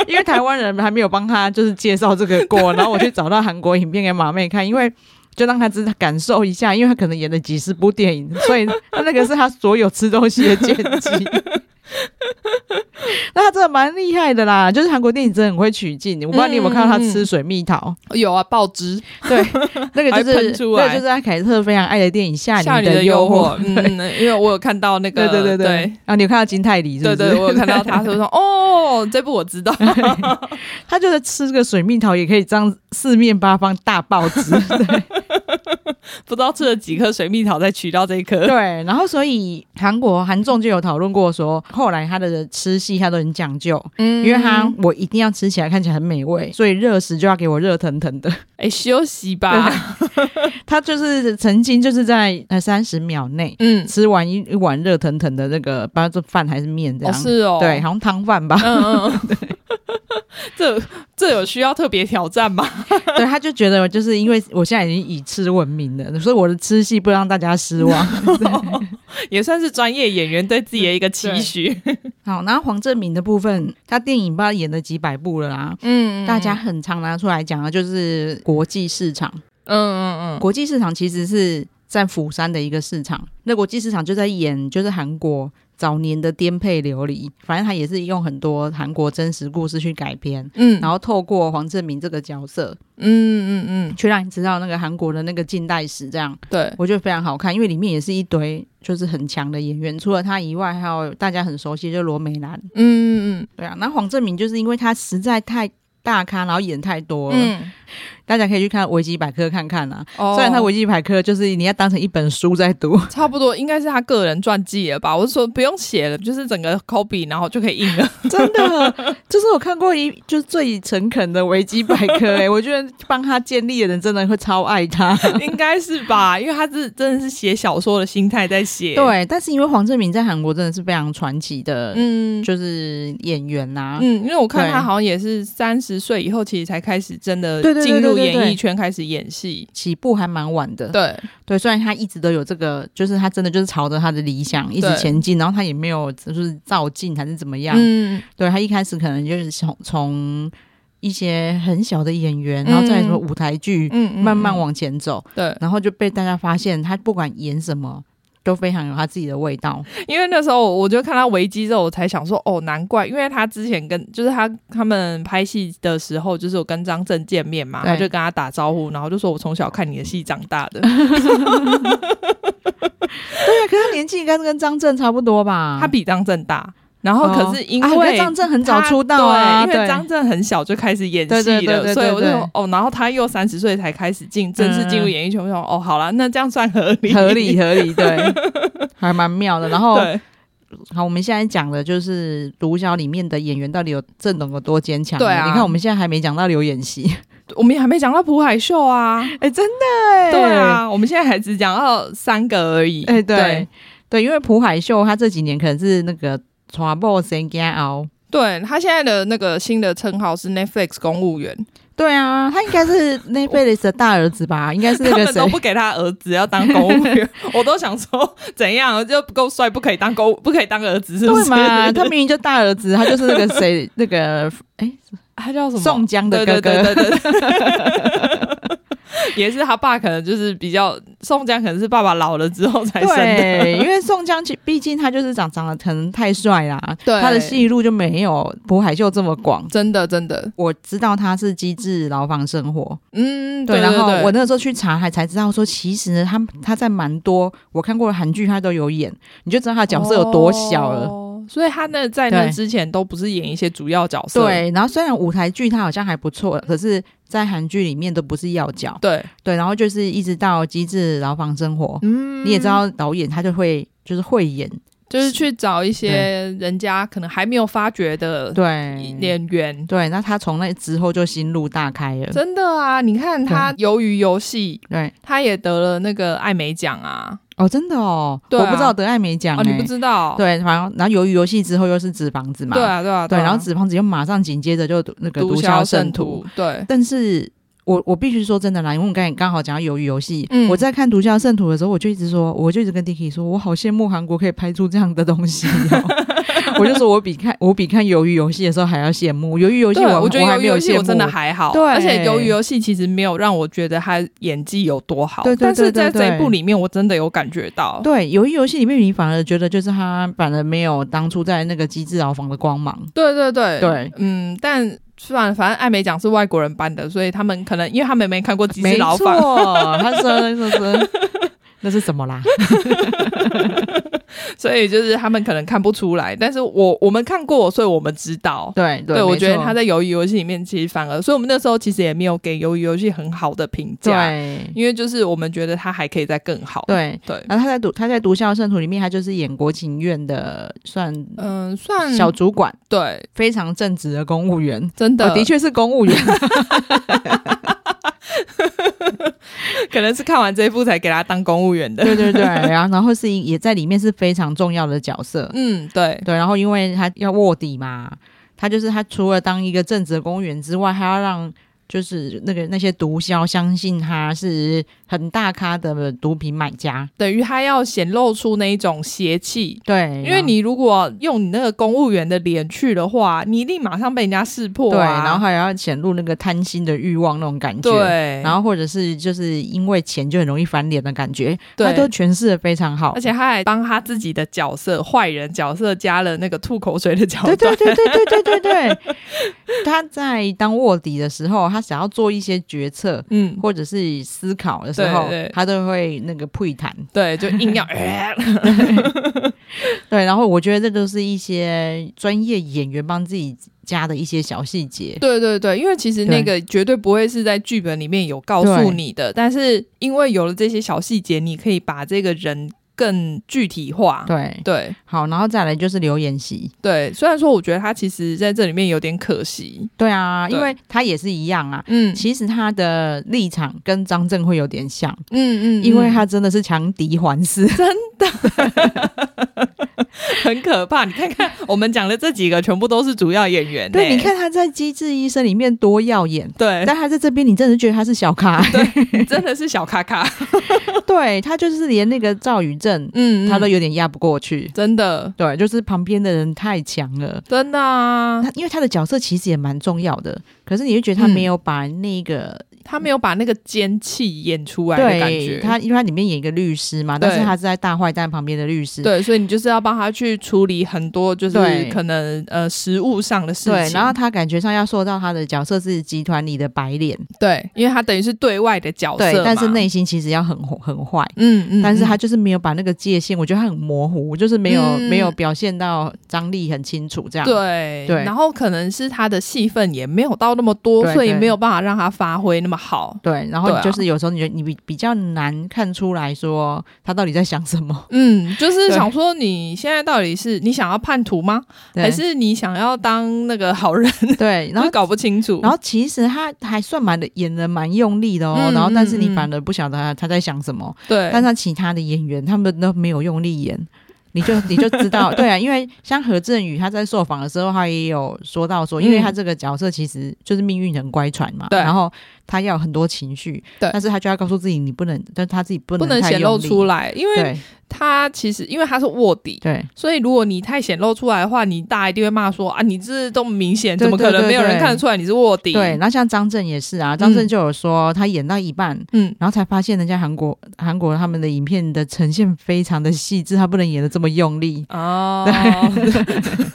Speaker 1: 因为台湾人还没有帮他就是介绍这个过，然后我去找到韩国影片给马妹看，因为。就让他知道感受一下，因为他可能演了几十部电影，所以他那个是他所有吃东西的剪辑。 那他真的蛮厉害的啦，就是韩国电影真的很会取景。我不知道你有没有看到他吃水蜜桃，
Speaker 2: 有啊，爆汁
Speaker 1: 那个就
Speaker 2: 嗯还
Speaker 1: 是
Speaker 2: 喷出来
Speaker 1: 那个就是他凯特非常爱的电影《夏
Speaker 2: 夏
Speaker 1: 的
Speaker 2: 的诱
Speaker 1: 惑》。
Speaker 2: 惑，嗯，嗯因为我有看到那个，
Speaker 1: 对对对对，
Speaker 2: 对
Speaker 1: 啊，你有看到金泰梨是不
Speaker 2: 对
Speaker 1: 是？
Speaker 2: 对，我有看到他说说，哦，这部我知道，
Speaker 1: 他就是吃这个水蜜桃也可以这样四面八方大爆 汁。
Speaker 2: 不知道吃了几颗水蜜桃才取到这一颗，
Speaker 1: 对，然后所以韩国韩综就有讨论过说，后来他的吃戏他都很讲究，
Speaker 2: 嗯
Speaker 1: 因为他我一定要吃起来看起来很美味，所以热食就要给我热腾腾的。
Speaker 2: 哎休息吧，
Speaker 1: 他就是曾经就是在呃三十秒内。
Speaker 2: 嗯，
Speaker 1: 吃完一一碗热腾腾的那个，不知道是饭还是面这
Speaker 2: 哦
Speaker 1: 样，
Speaker 2: 是哦，
Speaker 1: 对，好像汤饭 吧。
Speaker 2: 嗯嗯，嗯，这这有需要特别挑战吗？
Speaker 1: 对，他就觉得就是因为我现在已经以吃闻名了，所以我的吃戏不让大家失望。
Speaker 2: 也算是专业演员对自己的一个期许。
Speaker 1: 好，然后黄正明的部分，他电影不知道演了几百部了啦，
Speaker 2: 嗯
Speaker 1: 大家很常拿出来讲的就是国际市场。
Speaker 2: 嗯嗯
Speaker 1: 国际市场其实是在釜山的一个市场，那国际市场就在演就是韩国早年的颠沛流离，反正他也是用很多韩国真实故事去改编。
Speaker 2: 嗯
Speaker 1: 然后透过黄正明这个角色，
Speaker 2: 嗯嗯嗯，
Speaker 1: 去让你知道那个韩国的那个近代史，这样
Speaker 2: 对，
Speaker 1: 我觉得非常好看，因为里面也是一堆就是很强的演员，除了他以外，还有大家很熟悉就是罗美兰，
Speaker 2: 嗯嗯
Speaker 1: 对啊，那黄正明就是因为他实在太大咖，然后演太多了，
Speaker 2: 嗯，
Speaker 1: 大家可以去看维基百科看看啊。
Speaker 2: 哦
Speaker 1: 虽然他维基百科就是你要当成一本书在读，
Speaker 2: 差不多应该是他个人传记了吧？我是说不用写了，就是整个 copy 然后就可以 印了。
Speaker 1: 真的， 就是我看过一就是最诚恳的维基百科、 欸，我觉得帮他建立的人真的会超爱他。
Speaker 2: 应该是吧，因为他是真的是写小说的心态在写。，
Speaker 1: 对，但是因为黄正明在韩国真的是非常传奇的，
Speaker 2: 嗯
Speaker 1: 就是演员啊呐、
Speaker 2: 嗯，因为我看
Speaker 1: 对
Speaker 2: 他好像也是三十岁以后，其实才开始真的
Speaker 1: 对对对对
Speaker 2: 进入
Speaker 1: 对对
Speaker 2: 演艺圈，开始演戏。
Speaker 1: 起步还蛮晚的，
Speaker 2: 对，
Speaker 1: 对，虽然他一直都有这个，就是他真的就是朝着他的理想一直
Speaker 2: 对
Speaker 1: 前进，然后他也没有就是照进还是怎么样，
Speaker 2: 嗯，
Speaker 1: 对他一开始可能就是从从一些很小的演员，然后再什么舞台剧，
Speaker 2: 嗯嗯
Speaker 1: 慢慢
Speaker 2: 嗯
Speaker 1: 往前走，
Speaker 2: 对，
Speaker 1: 然后就被大家发现他不管演什么。都非常有他自己的味道，
Speaker 2: 因为那时候我就看他危机之后，我才想说，哦，难怪，因为他之前跟就是他他们拍戏的时候，就是我跟张震见面嘛，
Speaker 1: 对
Speaker 2: 他就跟他打招呼，然后就说我从小看你的戏长大的，
Speaker 1: 嗯对啊，可是他年纪应该跟张震差不多吧？
Speaker 2: 他比张震大。然后可是因
Speaker 1: 哦啊可
Speaker 2: 为
Speaker 1: 是张震很早
Speaker 2: 他
Speaker 1: 出道啊，
Speaker 2: 对因为
Speaker 1: 对
Speaker 2: 张震很小就开始演
Speaker 1: 对对
Speaker 2: 戏
Speaker 1: 对对
Speaker 2: 了，所以我就
Speaker 1: 对
Speaker 2: 说哦，然后他又三十岁才开始进正式进入
Speaker 1: 嗯
Speaker 2: 演艺圈，我说哦，好啦，那这样算合理，
Speaker 1: 合理合理， 对，还蛮妙的。然后
Speaker 2: 对
Speaker 1: 好，我们现在讲的就是《毒枭》里面的演员到底有阵容有多坚强。
Speaker 2: 对啊
Speaker 1: 你看我们现在还没讲到刘演熙，
Speaker 2: 我们也还没讲到朴海秀啊，
Speaker 1: 哎、真的、
Speaker 2: 对，啊，我们现在还只讲到三个而已，
Speaker 1: 哎、对对，因为朴海秀他这几年可能是那个 Trouble 神干熬，
Speaker 2: 对他现在的那个新的称号是 Netflix 公务员，
Speaker 1: 对啊，他应该是那贝利斯的大儿子吧？应该是那
Speaker 2: 他
Speaker 1: 个
Speaker 2: 们
Speaker 1: 谁
Speaker 2: 都？不给他儿子要当公务 员，我都想说怎样就不够帅，不可以当公，不可以当儿子，是不
Speaker 1: 对
Speaker 2: 是？
Speaker 1: 嘛？他明明就大儿子，他就是那个谁，那个哎
Speaker 2: 他叫什么？
Speaker 1: 宋江的哥
Speaker 2: 对
Speaker 1: 哥。
Speaker 2: 对对对对对 也是他爸可能就是比较宋江，可能是爸爸老了之后才生的。
Speaker 1: 对，因为宋江其毕竟他就是长长得可能太帅啦，
Speaker 2: 对
Speaker 1: 他的戏路就没有朴海秀这么广。
Speaker 2: 真的，真的，
Speaker 1: 我知道他是《机智牢房生活》
Speaker 2: 嗯，
Speaker 1: 对，
Speaker 2: 对
Speaker 1: 然后
Speaker 2: 对
Speaker 1: 我那个时候去查，还才知道说，其实呢他他在蛮多我看过的韩剧，他都有演，你就知道他的角色有多小了。
Speaker 2: 哦所以他那在那
Speaker 1: 对
Speaker 2: 之前都不是演一些主要角色，
Speaker 1: 对，然后虽然舞台剧他好像还不错，可是，在韩剧里面都不是要角。
Speaker 2: 对，
Speaker 1: 对，然后就是一直到《机智牢房生活》
Speaker 2: 嗯
Speaker 1: 你也知道导演他就会就是会演，
Speaker 2: 就是去找一些人家可能还没有发掘的
Speaker 1: 对，
Speaker 2: 演员。
Speaker 1: 对，那他从那之后就心路大开了。
Speaker 2: 真的啊，你看他《鱿鱼游戏》，
Speaker 1: 对，
Speaker 2: 他也得了那个艾美奖啊！
Speaker 1: 哦，真的哦，
Speaker 2: 对啊
Speaker 1: 我不知道得艾美奖、
Speaker 2: 哦，你不
Speaker 1: 道？
Speaker 2: 知道？
Speaker 1: 欸对，然后然后由于游戏之后又是纸房子嘛，
Speaker 2: 对啊，对啊，
Speaker 1: 对，
Speaker 2: 啊
Speaker 1: 然后纸房子又马上紧接着就那个
Speaker 2: 毒
Speaker 1: 枭
Speaker 2: 圣
Speaker 1: 徒，，
Speaker 2: 对，
Speaker 1: 但是我我必须说真的啦，因为我刚才刚好讲到鱿鱼游戏，
Speaker 2: 嗯
Speaker 1: 我在看毒枭圣徒的时候，我就一直说，我就一直跟 Dicky 说，我好羡慕韩国可以拍出这样的东西、哦。 我就说我比看我比看鱿鱼游戏的时候还要羡慕，鱿鱼游戏
Speaker 2: 对
Speaker 1: 我
Speaker 2: 我觉得
Speaker 1: 还
Speaker 2: 鱿
Speaker 1: 没
Speaker 2: 鱼
Speaker 1: 有
Speaker 2: 游戏
Speaker 1: 羡
Speaker 2: 我
Speaker 1: 慕，
Speaker 2: 真的还好，
Speaker 1: 对
Speaker 2: 而且鱿鱼游戏其实没有让我觉得他演技有多好，
Speaker 1: 对对对
Speaker 2: 但是在
Speaker 1: 对对
Speaker 2: 这一部里面，我真的有感觉到，
Speaker 1: 对，鱿鱼游戏里面你反而觉得就是他反而没有当初在那个机智牢房的光芒。
Speaker 2: 对对对
Speaker 1: 对，
Speaker 2: 嗯，但算了，反正艾美奖是外国人颁的，所以他们可能因为他们没看过《机
Speaker 1: 没
Speaker 2: 智牢
Speaker 1: 错
Speaker 2: 房》，，
Speaker 1: 他说那是那是什么啦？
Speaker 2: 所以就是他们可能看不出来，但是我我们看过，所以我们知道。
Speaker 1: 对
Speaker 2: 对，我觉得他
Speaker 1: 在
Speaker 2: 在鱿鱼游戏里面其实反而，所以我们那时候其实也没有给鱿鱼游戏很好的评价，
Speaker 1: 对
Speaker 2: 因为就是我们觉得他还可以再更好。
Speaker 1: 对。
Speaker 2: 对，
Speaker 1: 然后他在毒他在毒枭圣徒里面，他就是演国情院的算
Speaker 2: 嗯，算
Speaker 1: 小主管，
Speaker 2: 对，
Speaker 1: 非常正直的公务员。
Speaker 2: 真的、
Speaker 1: 哦，的，确是公务 员，
Speaker 2: 可能是看完这一部才给他当公务员的。
Speaker 1: 对 对对，然后然后是也在里面是非常重要的角色，
Speaker 2: 嗯，对，
Speaker 1: 对，然后因为他要卧底嘛，他就是他除了当一个正直的公务员之外，还要让就是那个那些毒枭相信他是很大咖的毒品买家，
Speaker 2: 等于他要显露出那一种邪气。
Speaker 1: 对，啊
Speaker 2: 因为你如果用你那个公务员的脸去的话，你一定马上被人家识破、
Speaker 1: 对，
Speaker 2: 啊。
Speaker 1: 然后还要显露那个贪心的欲望那种感觉，
Speaker 2: 对，
Speaker 1: 然后或者是就是因为钱就很容易翻脸的感觉，
Speaker 2: 对
Speaker 1: 他都诠释的非常好
Speaker 2: 而。且他还帮他自己的角色坏人角色加了那个吐口水的桥
Speaker 1: 对
Speaker 2: 段。
Speaker 1: 对对对对对对对，他在当卧底的时候，他想要做一些决策
Speaker 2: 嗯，
Speaker 1: 或者是思考的时候，
Speaker 2: 对对
Speaker 1: 他都会那个配谈。
Speaker 2: 对，就 硬要， 哎
Speaker 1: 对，然后我觉得这都是一些专业演员帮自己加的一些小细节。
Speaker 2: 对对对，因为其实那个绝对不会是在剧本里面有告诉你的，但是因为有了这些小细节，你可以把这个人更具体化。
Speaker 1: 对，
Speaker 2: 对
Speaker 1: 好，然后再来就是刘演习。
Speaker 2: 对，虽然说我觉得他其实在这里面有点可惜，
Speaker 1: 对啊，
Speaker 2: 对
Speaker 1: 因为他也是一样啊。
Speaker 2: 嗯
Speaker 1: 其实他的立场跟张震会有点像，
Speaker 2: 嗯嗯，
Speaker 1: 因为
Speaker 2: 嗯
Speaker 1: 他真的是强敌环视。
Speaker 2: 很可怕。你看 看我们讲的这几个，全部都是主要演员、欸
Speaker 1: 对，你，看他在《机智医生》里面多耀眼，
Speaker 2: 对，
Speaker 1: 但他在这边你真的觉得他是小咖。
Speaker 2: 真的是小卡卡，
Speaker 1: 对他就是连那个赵宇正，
Speaker 2: 嗯
Speaker 1: 他都
Speaker 2: 的
Speaker 1: 有点压不过去。
Speaker 2: 真的
Speaker 1: 对，就是旁边的人太强了。
Speaker 2: 真的啊，
Speaker 1: 他因为他的角色其实也蛮重要的，可是你就觉得
Speaker 2: 嗯
Speaker 1: 他没有把那个、
Speaker 2: 他没有把那个奸气演出来的感
Speaker 1: 对
Speaker 2: 觉，
Speaker 1: 他，因为他里面演一个律师嘛，
Speaker 2: 对
Speaker 1: 但是他是在大坏蛋旁边的律师，
Speaker 2: 对，所以你就是要帮他去处理很多，就是
Speaker 1: 对
Speaker 2: 可能呃食物上的事情。
Speaker 1: 对，然后他感觉上要塑造他的角色是集团里的白脸，
Speaker 2: 对，因为他等于是对外的角色
Speaker 1: 对
Speaker 2: 嘛，，
Speaker 1: 但是内心其实要很很坏。
Speaker 2: 嗯嗯，
Speaker 1: 但是他
Speaker 2: 嗯
Speaker 1: 就是没有把那个界限，我觉得他很模糊，就是没有、
Speaker 2: 嗯
Speaker 1: 没有表现到张力很清楚这样。
Speaker 2: 对啊
Speaker 1: 对
Speaker 2: 然后可能是他的戏份也没有到那么多，
Speaker 1: 对
Speaker 2: 所以
Speaker 1: 对
Speaker 2: 没有办法让他发挥那么好。
Speaker 1: 对，然后
Speaker 2: 对
Speaker 1: 你
Speaker 2: 啊
Speaker 1: 就是有时候你觉得你比比较难看出来说他到底在想什么，
Speaker 2: 嗯，就是
Speaker 1: 对
Speaker 2: 想说你现在到底是你想要叛徒吗，
Speaker 1: 对
Speaker 2: 还是你想要当那个好人？
Speaker 1: 对，然后
Speaker 2: 就 搞不清楚。
Speaker 1: 然后其实他还算蛮的演的蛮用力的哦，
Speaker 2: 嗯
Speaker 1: 然后但是
Speaker 2: 嗯
Speaker 1: 你
Speaker 2: 嗯
Speaker 1: 反而不晓得他他在想什么，
Speaker 2: 对，
Speaker 1: 但是其他的演员他们都没有用力演。你就你就知 道，对啊，因为像何振宇他在受访的时候，他也有说到说，因为
Speaker 2: 嗯
Speaker 1: 他这个角色其实就是命运很乖舛嘛，
Speaker 2: 对
Speaker 1: 然后他要有很多情绪，
Speaker 2: 对
Speaker 1: 但是他就要告诉自己，你不能，但他自己不
Speaker 2: 不
Speaker 1: 能
Speaker 2: 能
Speaker 1: 太
Speaker 2: 显露
Speaker 1: 用力
Speaker 2: 出，来，因为
Speaker 1: 对
Speaker 2: 他其实因为他是卧底，
Speaker 1: 对
Speaker 2: 所以如果你太显露出来的话，你大家一定会骂说啊，你这这么明显，怎么可
Speaker 1: 对
Speaker 2: 能
Speaker 1: 对
Speaker 2: 没有人
Speaker 1: 对
Speaker 2: 看得出来你是卧底？
Speaker 1: 对。然后像张震也是啊，张震就有说他演到一半，
Speaker 2: 嗯，。
Speaker 1: 然后才发现人家韩国韩国他们的影片的呈现非常的细致，他不能演的这么用力
Speaker 2: 哦，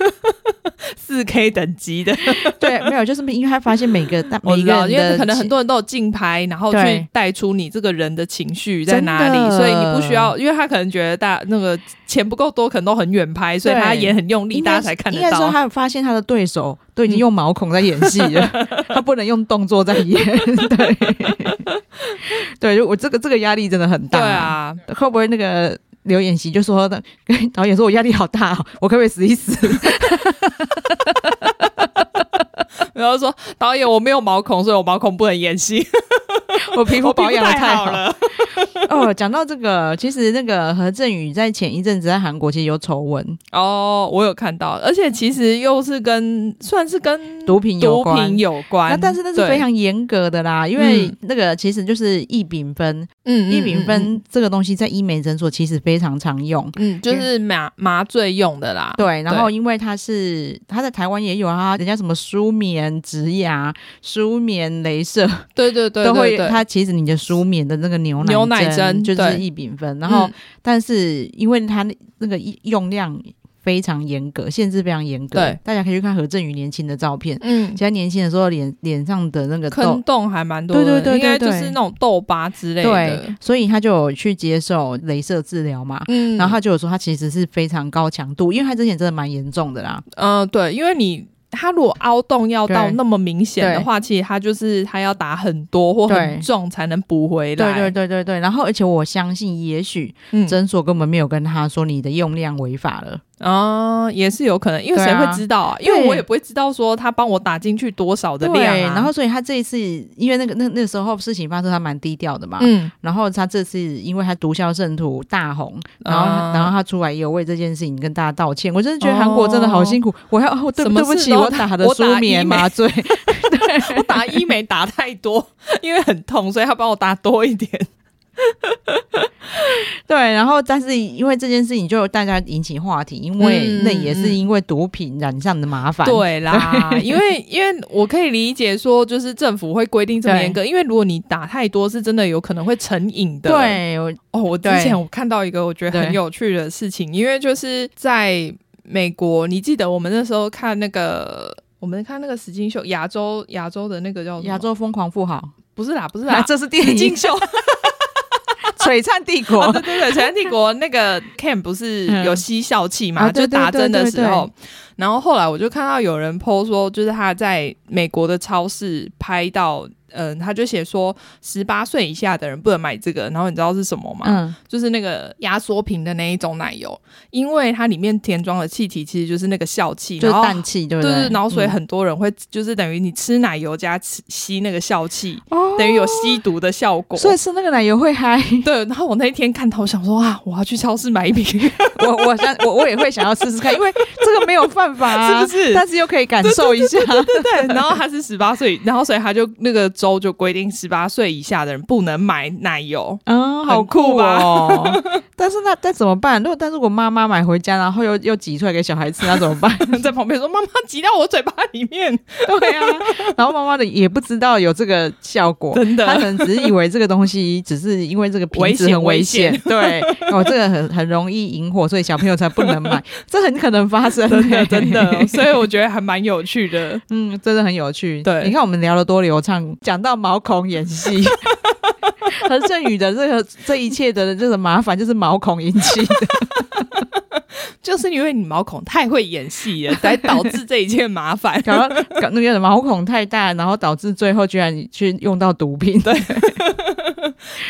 Speaker 2: 四 K 等级的，
Speaker 1: 对，没有，就是因为他发现每个
Speaker 2: 我
Speaker 1: 每
Speaker 2: 知
Speaker 1: 一个
Speaker 2: 道，
Speaker 1: 人
Speaker 2: 因为
Speaker 1: 的
Speaker 2: 可能很多人都有竞拍，然后去
Speaker 1: 对
Speaker 2: 带出你这个人的情绪在哪
Speaker 1: 真
Speaker 2: 里，
Speaker 1: 的
Speaker 2: 所以你不需要，因为他可能觉得大那个钱不够多，可能都很远拍，所以
Speaker 1: 对
Speaker 2: 他演很用力，
Speaker 1: 应
Speaker 2: 大
Speaker 1: 该
Speaker 2: 家
Speaker 1: 是
Speaker 2: 才看得
Speaker 1: 应该说
Speaker 2: 到。啊嗯
Speaker 1: 他发现他的对手都已经用毛孔在演戏了， 他不能用动作在演。对，对，就我这个这个压力真的很大。
Speaker 2: 对，啊，
Speaker 1: 会不会那个？刘演习就说：“跟导演说，我压力好大、哦，我可不可以死一 死？
Speaker 2: 然后说导演我没有毛孔，所以我毛孔不能演戏，
Speaker 1: 我皮肤
Speaker 2: 我皮肤
Speaker 1: 保养的
Speaker 2: 太
Speaker 1: 太
Speaker 2: 好
Speaker 1: 好。”
Speaker 2: 了。
Speaker 1: 哦，讲到这个，其实那个何振宇在前一阵子在韩国其实有丑闻，
Speaker 2: 哦，我有看到，而且其实又是跟算是跟
Speaker 1: 毒品有
Speaker 2: 毒
Speaker 1: 关。
Speaker 2: 品有
Speaker 1: 那
Speaker 2: 关，
Speaker 1: 但是那是
Speaker 2: 对
Speaker 1: 非常严格的啦，因为
Speaker 2: 嗯
Speaker 1: 那个其实就是异丙酚，
Speaker 2: 嗯
Speaker 1: 异丙，
Speaker 2: 嗯嗯
Speaker 1: 酚这个东西在医美诊所其实非常常用。
Speaker 2: 嗯，就是麻麻醉用的啦。
Speaker 1: 对，然后因为它是它在台湾也有啊，人家什么舒眠、植牙、舒眠、镭射
Speaker 2: 对对 对
Speaker 1: 都会
Speaker 2: 对，对
Speaker 1: 它其实你的舒眠的那个牛奶
Speaker 2: 牛奶针
Speaker 1: 就
Speaker 2: 对
Speaker 1: 是异丙酚，然后、
Speaker 2: 嗯
Speaker 1: 但是因为它那那个用量非常严格，限制非常严格，
Speaker 2: 对，
Speaker 1: 大家可以去看何振宇年轻的照片，
Speaker 2: 嗯
Speaker 1: 其。实他年轻的时候脸脸上的那个痘，
Speaker 2: 坑洞还蛮多的，
Speaker 1: 对对对对
Speaker 2: 应该就是
Speaker 1: 对
Speaker 2: 那种痘疤之类
Speaker 1: 对
Speaker 2: 的。，
Speaker 1: 所以他就有去接受镭射治疗嘛。
Speaker 2: 嗯
Speaker 1: 然后他就有说，他其实是非常高强度，因为他之前真的蛮严重的啦。
Speaker 2: 嗯、对，因为你它如果凹洞要到
Speaker 1: 对
Speaker 2: 那么明显的话，其实它就是它要打很多或很
Speaker 1: 对
Speaker 2: 重才能补回
Speaker 1: 对
Speaker 2: 来。
Speaker 1: 对对对对。然后，而且我相信，也许
Speaker 2: 嗯，
Speaker 1: 诊所根本没有跟他说你的用量违法了。
Speaker 2: 啊、也是有可能，因为
Speaker 1: 对
Speaker 2: 谁
Speaker 1: 啊
Speaker 2: 会知道啊？因为
Speaker 1: 对
Speaker 2: 我也不会知道说他帮我打进去多少的量、啊、
Speaker 1: 然后所以他这一次，因为那个那那时候事情发生，他蛮低调的嘛。
Speaker 2: 嗯，
Speaker 1: 然后他这次因为他毒枭圣徒大红，嗯然后、
Speaker 2: 啊
Speaker 1: 然后他出来也有为这件事情跟大家道歉。我真的觉得韩国真的好辛苦，我要、哦、对
Speaker 2: 什么
Speaker 1: 对不
Speaker 2: 事
Speaker 1: 起，
Speaker 2: 都
Speaker 1: 我打的
Speaker 2: 我打
Speaker 1: 舒
Speaker 2: 医
Speaker 1: 眠
Speaker 2: 美
Speaker 1: 麻醉，对，
Speaker 2: 我打医美打太多，因为很痛，所以他帮我打多一点。
Speaker 1: 对，然后但是因为这件事情就大家引起话题，因为
Speaker 2: 嗯
Speaker 1: 那也是因为毒品染上的麻烦。
Speaker 2: 对啦，因为因为我可以理解说，就是政府会规定这么严格，因为如果你打太多，是真的有可能会成瘾的。，
Speaker 1: 对，我
Speaker 2: 哦，我之
Speaker 1: 对
Speaker 2: 前我看到一个我觉得很
Speaker 1: 对
Speaker 2: 有趣的事情，因为就是在美国，你记得我们那时候看那个。我们看那个石金秀，亚洲亚洲的那个叫什么
Speaker 1: 亚洲疯狂富豪，
Speaker 2: 不是啦，不是
Speaker 1: 啊
Speaker 2: 啦，
Speaker 1: 这是电
Speaker 2: 石
Speaker 1: 影
Speaker 2: 金
Speaker 1: 《
Speaker 2: 秀，
Speaker 1: 璀璨帝国》
Speaker 2: 哦对对 对，全帝国那个 Cam 不是
Speaker 1: 嗯
Speaker 2: 有吸笑气嘛，
Speaker 1: 啊
Speaker 2: 就
Speaker 1: 对
Speaker 2: 是打针的时
Speaker 1: 对对对
Speaker 2: 候，然后后来我就看到有人 PO 说，就是他在美国的超市拍到，嗯，他就写说十八岁以下的人不能买这个，然后你知道是什么吗？
Speaker 1: 嗯，
Speaker 2: 就是那个压缩瓶的那一种奶油，因为它里面填装的气体其实就是那个笑气，
Speaker 1: 就是
Speaker 2: 然后
Speaker 1: 氮气，对不
Speaker 2: 对对
Speaker 1: 对
Speaker 2: 对，，然后所以
Speaker 1: 嗯
Speaker 2: 很多人会、就是等于你吃奶油加吃吸那个笑气，
Speaker 1: 哦
Speaker 2: 等于有吸毒的效果。
Speaker 1: 所以吃那个奶油会嗨。
Speaker 2: 对，然后我那一天看到，我想说啊，我要去超市买 一瓶，是
Speaker 1: 我我想我我也会想要试试看，因为这个没有犯法、啊，
Speaker 2: 不是？
Speaker 1: 但是又可以感受一下。
Speaker 2: 对， 然后他是十八岁，然后所以他就那个州就规定十八岁以下的人不能买奶 油。
Speaker 1: 嗯，好
Speaker 2: 很酷啊
Speaker 1: 酷哦！ 但是那但怎么办？如果但是我妈妈买回家，然后又又挤出来给小孩吃，那怎么办？
Speaker 2: 在旁边说：“妈妈挤到我嘴巴里面，
Speaker 1: 对啊，然后妈妈的也不知道有这个效果，
Speaker 2: 真的
Speaker 1: 她可 能只是以为这个东西只是因为这个瓶
Speaker 2: 危
Speaker 1: 子
Speaker 2: 险
Speaker 1: 很
Speaker 2: 危
Speaker 1: 危险，对，哦，这个很很容易引火，所以小朋友才不能 买，这很可能发生、欸
Speaker 2: 真的真的。”所以我觉得还蛮有趣的。
Speaker 1: 嗯，真的很有趣。
Speaker 2: 对
Speaker 1: 你看我们聊得多流畅，讲到毛孔演 戏，何振宇的这个这一切的这个麻烦就是毛孔引起 的。。
Speaker 2: 就是因为你毛孔太会演戏了，才导致这一切麻烦
Speaker 1: 搞到搞那个毛孔太大，然后导致最后居然去用到毒品。对，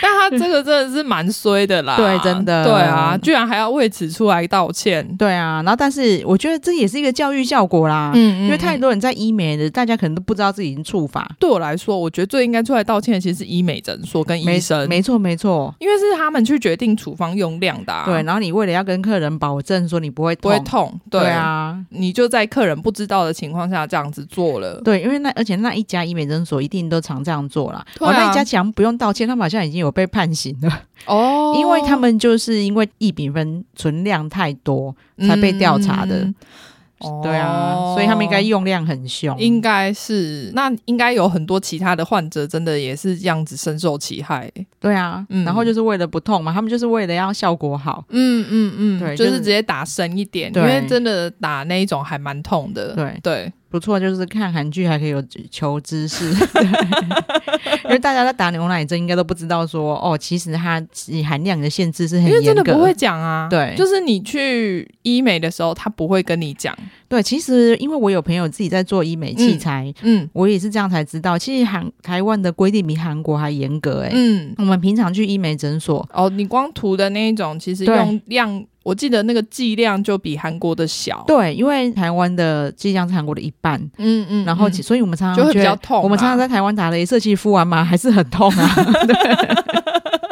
Speaker 2: 但他这个真的是蛮衰的啦，
Speaker 1: 对真的
Speaker 2: 对啊，居然还要为此出来道歉。
Speaker 1: 对啊。然后，但是我觉得这也是一个教育效果啦，
Speaker 2: 嗯
Speaker 1: 因为太多人在医美的，大家可能都不知道自己已经触法。
Speaker 2: 对我来说，我觉得最应该出来道歉的其实是医美诊所跟嗯医
Speaker 1: 没
Speaker 2: 生，
Speaker 1: 没错没错。
Speaker 2: 因为是他们去决定处方用量的、啊，
Speaker 1: 对，，然后你为了要跟客人保证说你不会
Speaker 2: 不
Speaker 1: 痛，
Speaker 2: 会痛，
Speaker 1: 对，啊，
Speaker 2: 你就在客人不知道的情况下这样子做了，
Speaker 1: 对，因为那而且那一家医美诊所一定都常这样做啦。
Speaker 2: 对
Speaker 1: 哦，
Speaker 2: 啊
Speaker 1: 那一家强不用道歉，他们好像已经有被判刑了，
Speaker 2: 哦
Speaker 1: 因为他们就是因为异丙酚存量太多才被调查的。
Speaker 2: 嗯哦
Speaker 1: 对啊，所以他们应该用量很凶。
Speaker 2: 应该是，那应该有很多其他的患者真的也是这样子深受其害。
Speaker 1: 对啊，
Speaker 2: 嗯
Speaker 1: 然后就是为了不痛嘛，他们就是为了要效果好。
Speaker 2: 嗯嗯嗯
Speaker 1: 对
Speaker 2: 就
Speaker 1: 就是
Speaker 2: 是直接打深一点，
Speaker 1: 对
Speaker 2: 因为真的打那一种还蛮痛的。
Speaker 1: 对
Speaker 2: 对，
Speaker 1: 不错，就是看韩剧还可以有求知识， 对因为大家在打牛奶针应该都不知道说哦，其实它含量的限制是很
Speaker 2: 因
Speaker 1: 严格，
Speaker 2: 为真的不会讲啊。
Speaker 1: 对
Speaker 2: 就是你去医美的时候，他不会跟你讲。
Speaker 1: 对。其实因为我有朋友自己在做医美器材，
Speaker 2: 嗯
Speaker 1: 我也是这样才知道，其实韩台湾的规定比韩国还严格哎、
Speaker 2: 嗯，
Speaker 1: 我们平常去医美诊所，
Speaker 2: 哦，你光涂的那一种，其实
Speaker 1: 对
Speaker 2: 用量，我记得那个剂量就比韩国的小。
Speaker 1: 对，因为台湾的剂量是韩国的一半，
Speaker 2: 嗯嗯
Speaker 1: 然后
Speaker 2: 嗯
Speaker 1: 其、所以我们常常
Speaker 2: 就会
Speaker 1: 觉
Speaker 2: 比
Speaker 1: 得
Speaker 2: 较痛嘛啊
Speaker 1: 我们常常在台湾打了镭射器敷完嘛，还是很痛 啊。对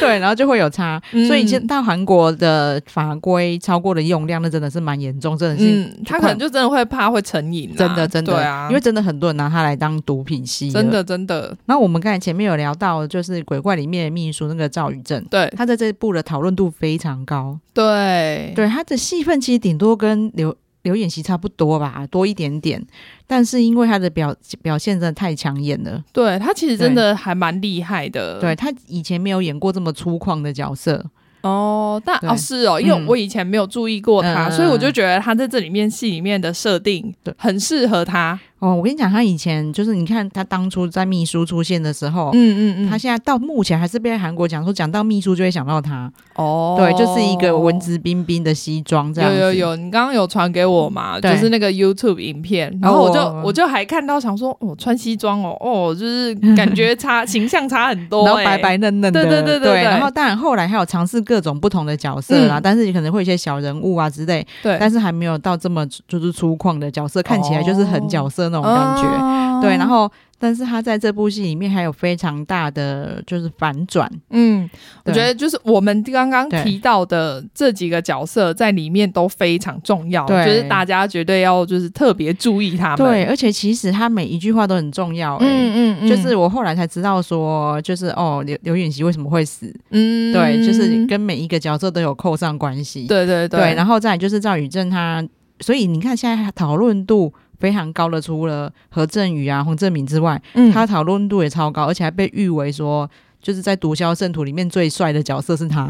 Speaker 1: 对，然后就会有差，
Speaker 2: 嗯
Speaker 1: 所以就到韩国的法规超过的用量，那真的是蛮严重，真的是、
Speaker 2: 嗯，他可能就真的会怕会成瘾、啊，
Speaker 1: 真的真的，
Speaker 2: 对啊，
Speaker 1: 因为真的很多人拿它来当毒品吸，
Speaker 2: 真。的真的
Speaker 1: 那我们刚才前面有聊到，就是《鬼怪》里面的秘书那个赵宇正，
Speaker 2: 对
Speaker 1: 他在这一部的讨论度非常高。
Speaker 2: 对
Speaker 1: 对他的戏份其实顶多跟刘刘演习差不多吧，多一点点。但是因为他的表表现真的太抢眼了，
Speaker 2: 对，他其实真的还蛮厉害的，
Speaker 1: 对他以前没有演过这么粗犷的角色。
Speaker 2: 哦，但
Speaker 1: 对
Speaker 2: 哦是哦，因为
Speaker 1: 嗯
Speaker 2: 我以前没有注意过他，
Speaker 1: 嗯嗯嗯
Speaker 2: 所以我就觉得他在这里面戏里面的设定
Speaker 1: 对
Speaker 2: 很适合他。
Speaker 1: 哦，我跟你讲，他以前就是你看他当初在秘书出现的时候。
Speaker 2: 嗯
Speaker 1: 他现在到目前还是被韩国讲说，讲到秘书就会想到他，
Speaker 2: 哦，
Speaker 1: 对，就是一个文。质彬彬的西装这样
Speaker 2: 有
Speaker 1: 子。嗯
Speaker 2: 有有，你刚刚有传给我嘛？就
Speaker 1: 对哦
Speaker 2: 是那个 YouTube 影片，
Speaker 1: 然
Speaker 2: 然
Speaker 1: 后
Speaker 2: 后
Speaker 1: 我
Speaker 2: 我就我就还看到想说，哦，穿西装哦，哦，就是感觉差形象差很多、欸，
Speaker 1: 然后白白嫩嫩的，
Speaker 2: 对对对对对
Speaker 1: 然后当然后来还有尝试各种不同的角色啦，
Speaker 2: 嗯
Speaker 1: 但是可能会有一些小人物啊之类，
Speaker 2: 对，
Speaker 1: 但是还没有到这么就是粗犷的角色，看起来就是很角色那种感觉。
Speaker 2: 哦哦
Speaker 1: 对，然后但是他在这部戏里面还有非常大的就是反转，
Speaker 2: 嗯，我
Speaker 1: 对
Speaker 2: 觉得就是我们刚刚
Speaker 1: 对
Speaker 2: 提到的这几个角色在里面都非常重要，
Speaker 1: 对
Speaker 2: 就是大家绝对要就是特别注意他们。
Speaker 1: 对，，而且其实他每一句话都很重要、嗯。
Speaker 2: 嗯嗯，
Speaker 1: 就是我后来才知道说，就是哦，刘刘允熙为什么会死？
Speaker 2: 嗯，
Speaker 1: 对，就是跟每一个角色都有扣上关系。
Speaker 2: 对对
Speaker 1: 对，然后再来就是赵宇正他，所以你看现在讨论度非常高的，除了何振宇啊、洪振明之外，
Speaker 2: 嗯
Speaker 1: 他讨论度也超高，而且还被誉为说就是在《毒枭圣徒》里面最帅的角色是 他，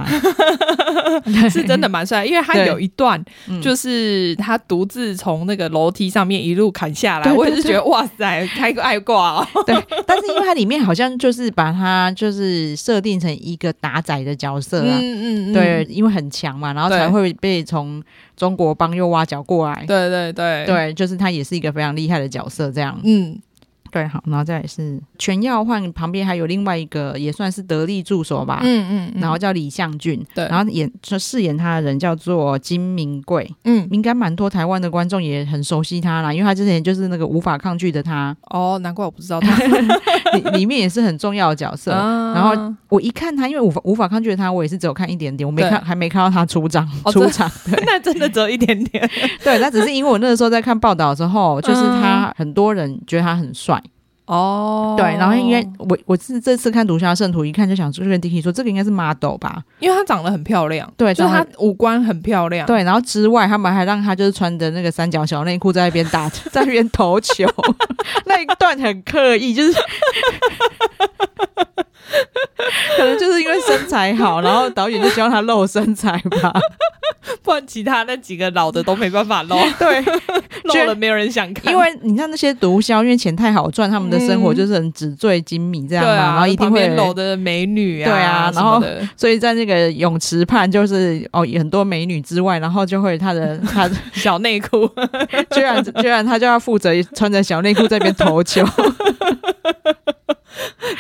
Speaker 2: 是真的蛮帅，因为他
Speaker 1: 对
Speaker 2: 有一段
Speaker 1: 嗯
Speaker 2: 就是他独自从那个楼梯上面一路砍下来，
Speaker 1: 对对
Speaker 2: 我也是觉得哇塞，开个爱挂 哦，
Speaker 1: 对，但是因为它里面好像就是把它就是设定成一个打仔的角色啊，
Speaker 2: 嗯
Speaker 1: 对，因为很强嘛，然后
Speaker 2: 对
Speaker 1: 才会被从中国帮又挖角过来。
Speaker 2: 对对对，
Speaker 1: 对，就是他也是一个非常厉害的角色，这样。
Speaker 2: 嗯
Speaker 1: 对，好，然后再来是全耀焕旁边还有另外一个也算是得力助手吧，
Speaker 2: 嗯嗯，
Speaker 1: 啊然后叫李相俊，
Speaker 2: 对
Speaker 1: 然后演就饰演他的人叫做金明贵，
Speaker 2: 嗯
Speaker 1: 应该蛮多台湾的观众也很熟悉他啦，因为他之前就是那个无法抗拒的他，
Speaker 2: 哦，难怪我不知道他，
Speaker 1: 里里面也是很重要的角色。
Speaker 2: 然
Speaker 1: 啊然后我一看他，因为无法无法抗拒的他，我也是只有看一点点，我没
Speaker 2: 对
Speaker 1: 看还没看到他出场、
Speaker 2: 哦
Speaker 1: 出
Speaker 2: 真的
Speaker 1: 场。
Speaker 2: 那真的只有一点点，
Speaker 1: 对，那只是因为我那个时候在看报道的时候，就是
Speaker 2: 嗯
Speaker 1: 他很多人觉得他很帅，
Speaker 2: 哦，
Speaker 1: 对，然后因为我我是这次看《毒枭圣徒》，一看就想就跟 Dicky 说，这个应该是 model 吧？
Speaker 2: 因为她长得很漂亮，
Speaker 1: 对
Speaker 2: 就是
Speaker 1: 长
Speaker 2: 她五官很漂亮，
Speaker 1: 对，然后之外，他们还让他就是穿着那个三角小内裤在那边 打，在那边投球， 那一段很刻意，就是 可能就是因为身材好，然后导演就希望他露身材吧。
Speaker 2: 不然其他那几个老的都没办法露，
Speaker 1: 对，
Speaker 2: 露了没有人想看，
Speaker 1: 因为你看那些毒枭，因为钱太好赚，他们的生活
Speaker 2: 嗯
Speaker 1: 就是很纸醉金迷这
Speaker 2: 对
Speaker 1: 样嘛，
Speaker 2: 啊，
Speaker 1: 然后一定
Speaker 2: 旁
Speaker 1: 会
Speaker 2: 边搂的美女啊，
Speaker 1: 对啊
Speaker 2: 什么的
Speaker 1: 所以在那个泳池畔，就是哦很多美女之外，然后就会他 的他
Speaker 2: 小内 裤，
Speaker 1: 居然居然他就要负责穿着小内裤在那边投 球，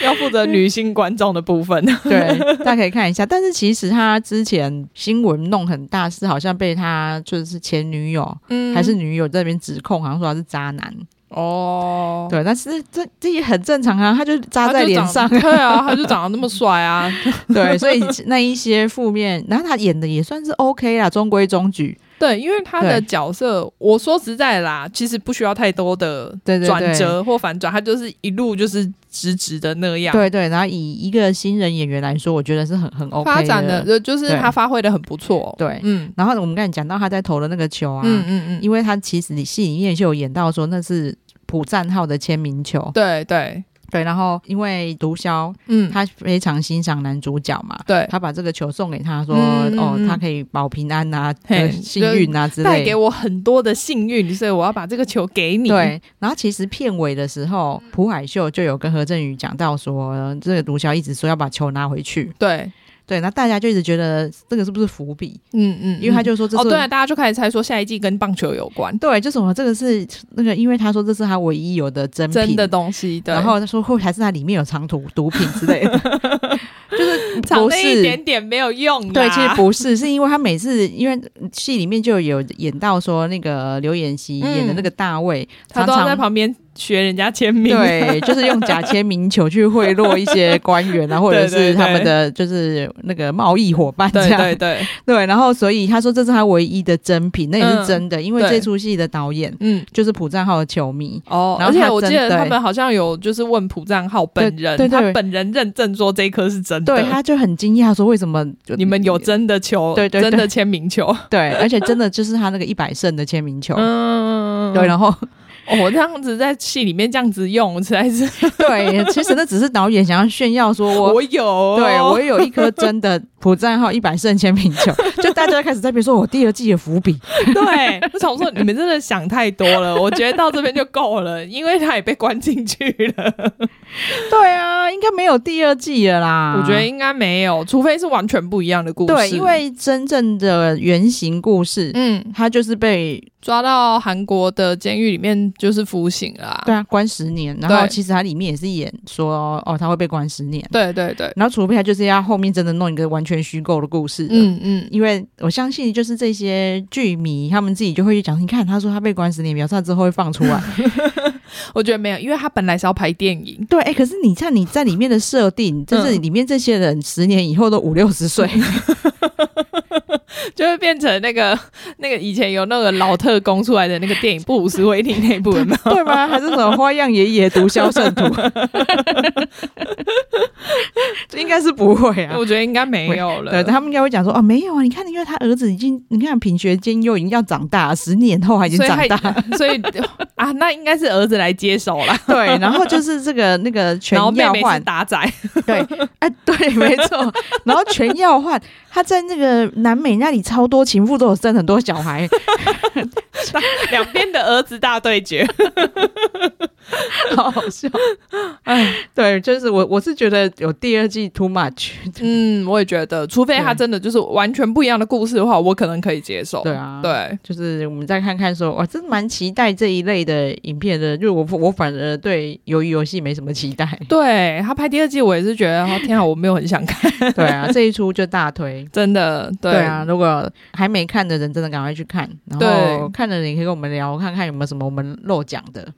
Speaker 2: 要负责女性观众的部分。
Speaker 1: 对，大家可以看一下。但是其实他之前新闻弄很大，是好像被他就是前女友、
Speaker 2: 嗯
Speaker 1: 还是女友这边指控，好像说他是渣男。
Speaker 2: 哦，
Speaker 1: 对，但是这这也很正常啊，他就
Speaker 2: 他
Speaker 1: 扎
Speaker 2: 就
Speaker 1: 在脸
Speaker 2: 长，
Speaker 1: 上
Speaker 2: 对啊，他就长得那么帅啊，
Speaker 1: 对，所以那一些负面，然后他演的也算是 OK 啦，中规中矩。
Speaker 2: 对，因为他的
Speaker 1: 对
Speaker 2: 角色，我说实在啦，其实不需要太多的
Speaker 1: 对对对
Speaker 2: 转折或反转，他就是一路就是直直的那样。
Speaker 1: 对对，然后以一个新人演员来说，我觉得是很很 OK
Speaker 2: 发展的就就是
Speaker 1: 对
Speaker 2: 他发挥的很不错，
Speaker 1: 对
Speaker 2: 嗯
Speaker 1: 然后我们刚才讲到他在投的那个球啊，
Speaker 2: 嗯嗯嗯，
Speaker 1: 因为他其实戏里面就有演到说那是朴赞浩的签名球，
Speaker 2: 对对，
Speaker 1: 对，然后因为毒枭
Speaker 2: 嗯，
Speaker 1: 他非常欣赏男主角嘛，
Speaker 2: 对，
Speaker 1: 他把这个球送给他说，
Speaker 2: 嗯嗯
Speaker 1: 哦
Speaker 2: 嗯，
Speaker 1: 他可以保平安啊，
Speaker 2: 嘿
Speaker 1: 呃幸运啊之
Speaker 2: 带
Speaker 1: 类
Speaker 2: 给
Speaker 1: 的。
Speaker 2: 我很多的幸运，所以我要把这个球给你。，嗯
Speaker 1: 对，然后其实片尾的时候，朴海秀就有跟何振宇讲到说，呃这个毒枭一直说要把球拿回去。
Speaker 2: 对，
Speaker 1: 对，那大家就一直觉得这个是不是伏笔？
Speaker 2: 嗯嗯，
Speaker 1: 因为他
Speaker 2: 嗯
Speaker 1: 就说这
Speaker 2: 哦，
Speaker 1: 是、
Speaker 2: 对啊，大家就开始猜说下一季跟棒球有关，
Speaker 1: 对，就什么这个是那个，因为他说这是他唯一有的真品，
Speaker 2: 真的东西，对，
Speaker 1: 然后他说会还是它里面有藏毒毒品之类的， 就是
Speaker 2: 长
Speaker 1: 不
Speaker 2: 那一
Speaker 1: 是
Speaker 2: 点点没有用啦，
Speaker 1: 对，其实不是，是因为他每次因为戏里面就有演到说那个刘演熙演的那个大卫，
Speaker 2: 嗯他
Speaker 1: 常
Speaker 2: 都要在
Speaker 1: 常。
Speaker 2: 旁边学人家签名，
Speaker 1: 对，就是用假签名球去贿赂一些官员啊，或者
Speaker 2: 对对
Speaker 1: 是
Speaker 2: 对
Speaker 1: 他们的就是那个贸易伙伴这
Speaker 2: 对
Speaker 1: 样。
Speaker 2: 对对，
Speaker 1: 对然后所以他说这是他唯一的真品，那也
Speaker 2: 嗯
Speaker 1: 是真的，因为
Speaker 2: 对
Speaker 1: 这出戏的导演
Speaker 2: 嗯。
Speaker 1: 就是朴赞浩的球迷。
Speaker 2: 哦，
Speaker 1: 然
Speaker 2: 而
Speaker 1: 后他
Speaker 2: 且我记得
Speaker 1: 真对
Speaker 2: 他们好像有就是问朴赞浩本人，
Speaker 1: 对对对
Speaker 2: 他本人认证说这一颗是真的，
Speaker 1: 对，他就很惊讶说为什么
Speaker 2: 你们有真的球，
Speaker 1: 对对对
Speaker 2: 真的签名 球，
Speaker 1: 对，而且真的就是他那个一百胜的签名球。
Speaker 2: 嗯，
Speaker 1: 对，然后
Speaker 2: 哦，我这样子在戏里面这样子用，实在是
Speaker 1: 对，其实那只是导演想要炫耀说我，
Speaker 2: 有哦
Speaker 1: 对我有一颗真的朴赞浩一百胜铅笔 球，就大家开始在别说我第二季的伏笔，
Speaker 2: 对，我想说你们真的想太多了，我觉得到这边就够了，因为他也被关进去了，
Speaker 1: 对啊，应该没有第二季了啦，
Speaker 2: 我觉得。应该没有，除非是完全不一样的故事，
Speaker 1: 啊对，因为真正的原型故事，
Speaker 2: 嗯，
Speaker 1: 他就是被
Speaker 2: 抓到韩国的监狱里面就是服刑啦，
Speaker 1: 对啊关十年，然后
Speaker 2: 对
Speaker 1: 其实他里面也是演说哦，他会被关十年，
Speaker 2: 对对对，
Speaker 1: 然后除非他就是要后面真的弄一个完全虚构的故事，嗯，
Speaker 2: 嗯嗯，
Speaker 1: 因为我相信，就是这些剧迷他们自己就会去讲，你看他说他被关十年，表示他之后会放出来，
Speaker 2: 我觉得没有，因为他本来是要拍电影，
Speaker 1: 对，哎、可是你看你在里面的设定，就是里面这些人十年以后都五六十岁，
Speaker 2: 就会变成那个那个以前有那个老特工出来的那个电影布鲁斯威利那部有没有？
Speaker 1: 对吗？还是什么花样爷爷毒枭圣徒？ 这应该是不会啊。
Speaker 2: 我觉得应该没有了。
Speaker 1: 对他们应该会讲说哦，没有啊，你看，因为他儿子已经，你看品学兼优，已经要长大，十年后还已经
Speaker 2: 所以
Speaker 1: 长
Speaker 2: 他
Speaker 1: 大，
Speaker 2: 所以 啊，那应该是儿子来接手 啦。
Speaker 1: 对，然后就是这个那个 全
Speaker 2: 然后妹
Speaker 1: 要
Speaker 2: 妹是
Speaker 1: 换，
Speaker 2: 打仔，
Speaker 1: 对，哎、对，没错。然后全要换，他在那个南美那里超多情妇都有生很多小孩，
Speaker 2: 两边的儿子大对决。
Speaker 1: 好好笑。哎，对，就是我我是觉得有第二季 too much。
Speaker 2: 嗯，我也觉得，除非他
Speaker 1: 对
Speaker 2: 真的就是完全不一样的故事的话，我可能可以接受。
Speaker 1: 对啊
Speaker 2: 对，。
Speaker 1: 就是我们再看看说，哇，真的蛮期待这一类的影片的。就我我反而对鱿鱼游戏没什么期待
Speaker 2: 对他拍第二季，我也是觉得，哦天啊，我没有很想看，
Speaker 1: 对啊，这一出就大推。
Speaker 2: 真的。对
Speaker 1: 对啊，，如果还没看的人，真的赶快去看。然后
Speaker 2: 对
Speaker 1: 看了，你可以跟我们聊，看看有没有什么我们漏讲的。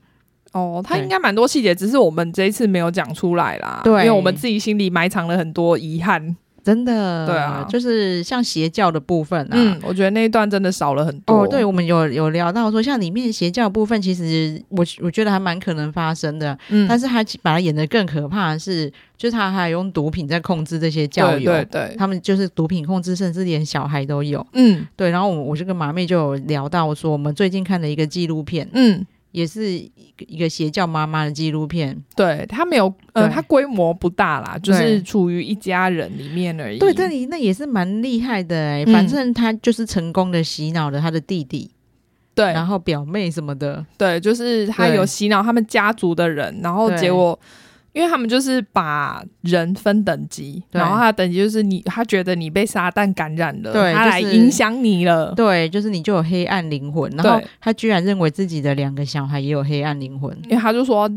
Speaker 2: 哦，他
Speaker 1: 对
Speaker 2: 应该蛮多细节，只是我们这一次没有讲出来啦。
Speaker 1: 对
Speaker 2: 因为我们自己心里埋藏了很多遗憾。
Speaker 1: 真的，
Speaker 2: 对啊
Speaker 1: 就是像邪教的部分啊，
Speaker 2: 嗯，我觉得那一段真的少了很多。
Speaker 1: 哦，对，，我们有有聊到说，像里面邪教的部分，其实我我觉得还蛮可能发生的，
Speaker 2: 嗯，
Speaker 1: 但是他把它演得更可怕的是，就是他还用毒品在控制这些教哦友，
Speaker 2: 对对对，
Speaker 1: 他们就是毒品控制，甚至连小孩都有。
Speaker 2: 嗯
Speaker 1: 对，然后我我就跟马妹就有聊到说，我们最近看的一个纪录片，
Speaker 2: 嗯。
Speaker 1: 也是一个一个邪教妈妈的纪录片。
Speaker 2: 对，它没有，呃，
Speaker 1: 对
Speaker 2: 它规模不大啦，就
Speaker 1: 对
Speaker 2: 是处于一家人里面而已。
Speaker 1: 对，但你那也是蛮厉害的哎、
Speaker 2: 嗯
Speaker 1: 反正他就是成功的洗脑了他的弟弟，
Speaker 2: 对
Speaker 1: 然后表妹什么的。
Speaker 2: 对，就是他
Speaker 1: 对
Speaker 2: 有洗脑他们家族的人，然后
Speaker 1: 对
Speaker 2: 结果。因为他们就是把人分等级，
Speaker 1: 对
Speaker 2: 然后他的等级就是你，他觉得你被撒旦感染了，
Speaker 1: 对
Speaker 2: 他来
Speaker 1: 就是
Speaker 2: 影响你了，
Speaker 1: 对，就是你就有黑暗灵魂，然后
Speaker 2: 哦对
Speaker 1: 他居然认为自己的两个小孩也有黑暗灵魂。
Speaker 2: 因为他就说，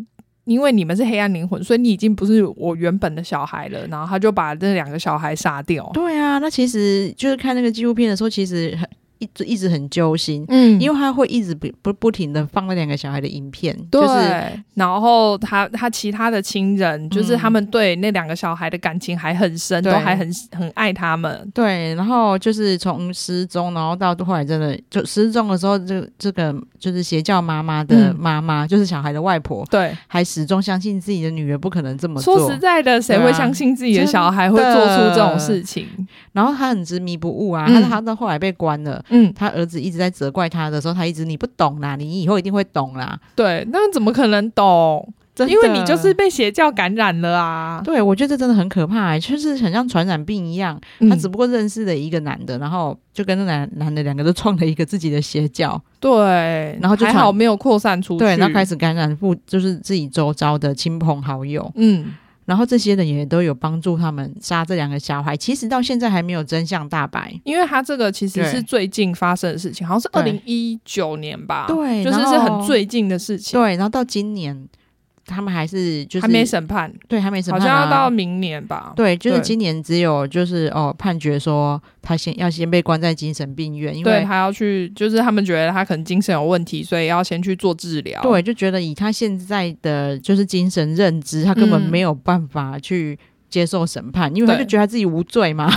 Speaker 2: 因为你们是黑暗灵魂，所以你已经不是我原本的小孩了，然后他就把这两个小孩杀掉。
Speaker 1: 对啊，那其实就是看那个纪录片的时候，其实很一直一直很揪心，
Speaker 2: 嗯
Speaker 1: 因
Speaker 2: 为
Speaker 1: 为他会一直不不不停的放那两个小孩的影片，
Speaker 2: 对，
Speaker 1: 就是
Speaker 2: 然后他他其他的亲人，就是他们对那两个小孩的感情还很深，
Speaker 1: 嗯对
Speaker 2: 都还很很爱他们。
Speaker 1: 对，然后就是从失踪，然后到后来真的就失踪的时候，这这个就是邪教妈妈的
Speaker 2: 嗯
Speaker 1: 妈妈，就是小孩的外婆，
Speaker 2: 对，
Speaker 1: 还始终相信自己的女儿不可能这么做。
Speaker 2: 说实在的，谁
Speaker 1: 对啊
Speaker 2: 会相信自己的小孩会
Speaker 1: 真的
Speaker 2: 做出这种事情？
Speaker 1: 然后他很执迷不悟啊，
Speaker 2: 嗯
Speaker 1: 但是他到后来被关了。
Speaker 2: 嗯，
Speaker 1: 他儿子一直在责怪他的时候，他一直你不懂啦，你以后一定会懂啦。
Speaker 2: 对，那怎么可能懂？
Speaker 1: 真的
Speaker 2: 因为你就是被邪教感染了啊！
Speaker 1: 对，我觉得这真的很可怕、欸，就是很像传染病一样。他
Speaker 2: 嗯
Speaker 1: 只不过认识了一个男的，然后就跟那男男的两个都创了一个自己的邪教，
Speaker 2: 对，
Speaker 1: 然后就
Speaker 2: 还
Speaker 1: 传
Speaker 2: 好没有扩散出去。
Speaker 1: 对，然后开
Speaker 2: 始，
Speaker 1: 始感染附，就是自己周遭的亲朋好友，
Speaker 2: 嗯，
Speaker 1: 然后这些人也都有帮助他们杀这两个小孩。其实到现在还没有真相大白，
Speaker 2: 因为他这个其实
Speaker 1: 对
Speaker 2: 是最近发生的事情，好像是二
Speaker 1: 对
Speaker 2: 零一九年吧，
Speaker 1: 对
Speaker 2: 就是
Speaker 1: 然
Speaker 2: 是很
Speaker 1: 后
Speaker 2: 最近的事情，
Speaker 1: 对，然后到今年他们还是就是
Speaker 2: 还没审判，
Speaker 1: 对，还没审
Speaker 2: 好
Speaker 1: 判、啊，
Speaker 2: 像要到明年吧。
Speaker 1: 对，就是
Speaker 2: 对
Speaker 1: 今年只有就是哦，判决说他先要先被关在精神病院，因
Speaker 2: 对
Speaker 1: 为
Speaker 2: 他要去，就是他们觉得他可能精神有问题，所以要先去做治疗。
Speaker 1: 对，就觉得以他现在的就是精神认知，他根本
Speaker 2: 嗯
Speaker 1: 没有办法去接受审判，因为他就
Speaker 2: 对
Speaker 1: 觉得他自己无罪 嘛。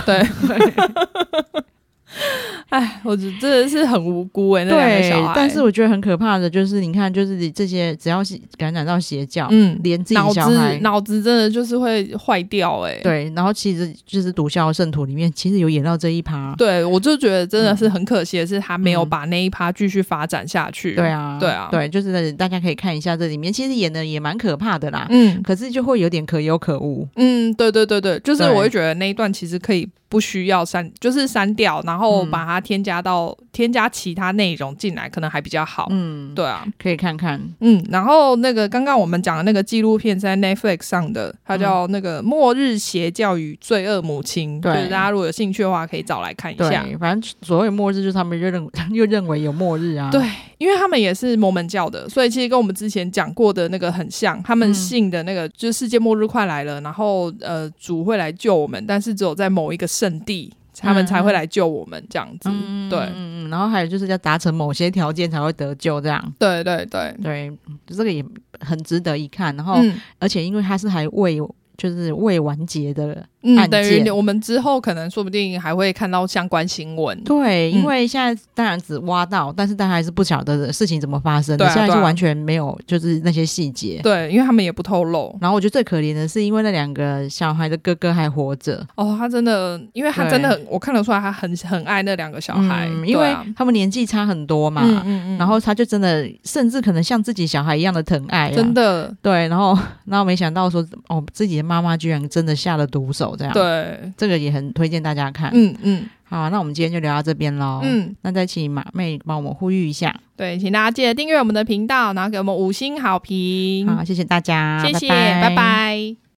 Speaker 2: 哎，我觉得真的是很无辜哎、那两个
Speaker 1: 对
Speaker 2: 小孩。，
Speaker 1: 但是我觉得很可怕的就是，你看，就是这些只要是感染到邪教，
Speaker 2: 嗯，
Speaker 1: 连自
Speaker 2: 脑
Speaker 1: 己小
Speaker 2: 子
Speaker 1: 孩。
Speaker 2: 脑子真的就是会坏掉哎、
Speaker 1: 对，然后其实就是《毒枭圣徒》里面其实有演到这一趴，啊
Speaker 2: 对，我就觉得真
Speaker 1: 嗯
Speaker 2: 的是很可惜的是，他没有把那一趴继续发展下去。
Speaker 1: 对，啊，
Speaker 2: 对啊
Speaker 1: 对，就是大家可以看一下这里面，其实演的也蛮可怕的啦，
Speaker 2: 嗯
Speaker 1: 可是就会有点可有可无，
Speaker 2: 嗯，对对对对，就是
Speaker 1: 对
Speaker 2: 我会觉得那一段其实可以不需要删，就是删掉，然后
Speaker 1: 嗯
Speaker 2: 把它添加到、添加其他内容进来，可能还比较好。
Speaker 1: 嗯，
Speaker 2: 对啊，
Speaker 1: 可以看看。
Speaker 2: 嗯，然后那个刚刚我们讲的那个纪录片是在 Netflix 上的，它叫那个《末日邪教与罪恶母亲》，
Speaker 1: 对
Speaker 2: 就是大家如果有兴趣的话，可以找来看一
Speaker 1: 对
Speaker 2: 下。，
Speaker 1: 反正所谓末日就是他们又认又认为有 末日啊。
Speaker 2: 对，因为他们也是摩门教的，所以其实跟我们之前讲过的那个很像。他们
Speaker 1: 嗯
Speaker 2: 信的那个、就是世界末日快来了，然后呃主会来救我们，但是只有在某一个圣地他们才会来救我们这样子。
Speaker 1: 嗯，
Speaker 2: 对
Speaker 1: 嗯嗯，然后还有就是要达成某些条件才会得救，这样
Speaker 2: 对对对，
Speaker 1: 对，这个也很值得一看。然后，
Speaker 2: 嗯
Speaker 1: 而且因为它是还未就是未完结的，
Speaker 2: 嗯，
Speaker 1: 案
Speaker 2: 等于
Speaker 1: 件
Speaker 2: 你我们之后可能说不定还会看到相关新闻。
Speaker 1: 对，
Speaker 2: 嗯
Speaker 1: 因为现在当然只挖到，但是大家还是不晓得事情怎么发生的，
Speaker 2: 对啊
Speaker 1: 现在
Speaker 2: 对
Speaker 1: 是
Speaker 2: 啊
Speaker 1: 完全没有就是那些细节。
Speaker 2: 对，因为他们也不透露。
Speaker 1: 然后我觉得最可怜的是，因为那两个小孩的哥哥还活着，
Speaker 2: 哦，他真的，因为他
Speaker 1: 对
Speaker 2: 真的，我看得出来，他很很爱那两个小孩，
Speaker 1: 嗯
Speaker 2: 对
Speaker 1: 因为
Speaker 2: 啊
Speaker 1: 他们年纪差很多嘛，
Speaker 2: 嗯嗯嗯
Speaker 1: 然后他就真的甚至可能像自己小孩一样的疼爱、啊
Speaker 2: 真。的
Speaker 1: 对，然后然后没想到说，哦，自己的妈妈居然真的下了毒手，这样。，
Speaker 2: 对，
Speaker 1: 这个也很推荐大家看。
Speaker 2: 嗯嗯
Speaker 1: 好，那我们今天就聊到这边喽。，
Speaker 2: 嗯，
Speaker 1: 那再请马妹帮我们呼吁一下。
Speaker 2: 对，请大家记得订阅我们的频道，然后给我们五星好评，
Speaker 1: 好，谢谢大家，
Speaker 2: 谢谢，
Speaker 1: 拜
Speaker 2: 拜拜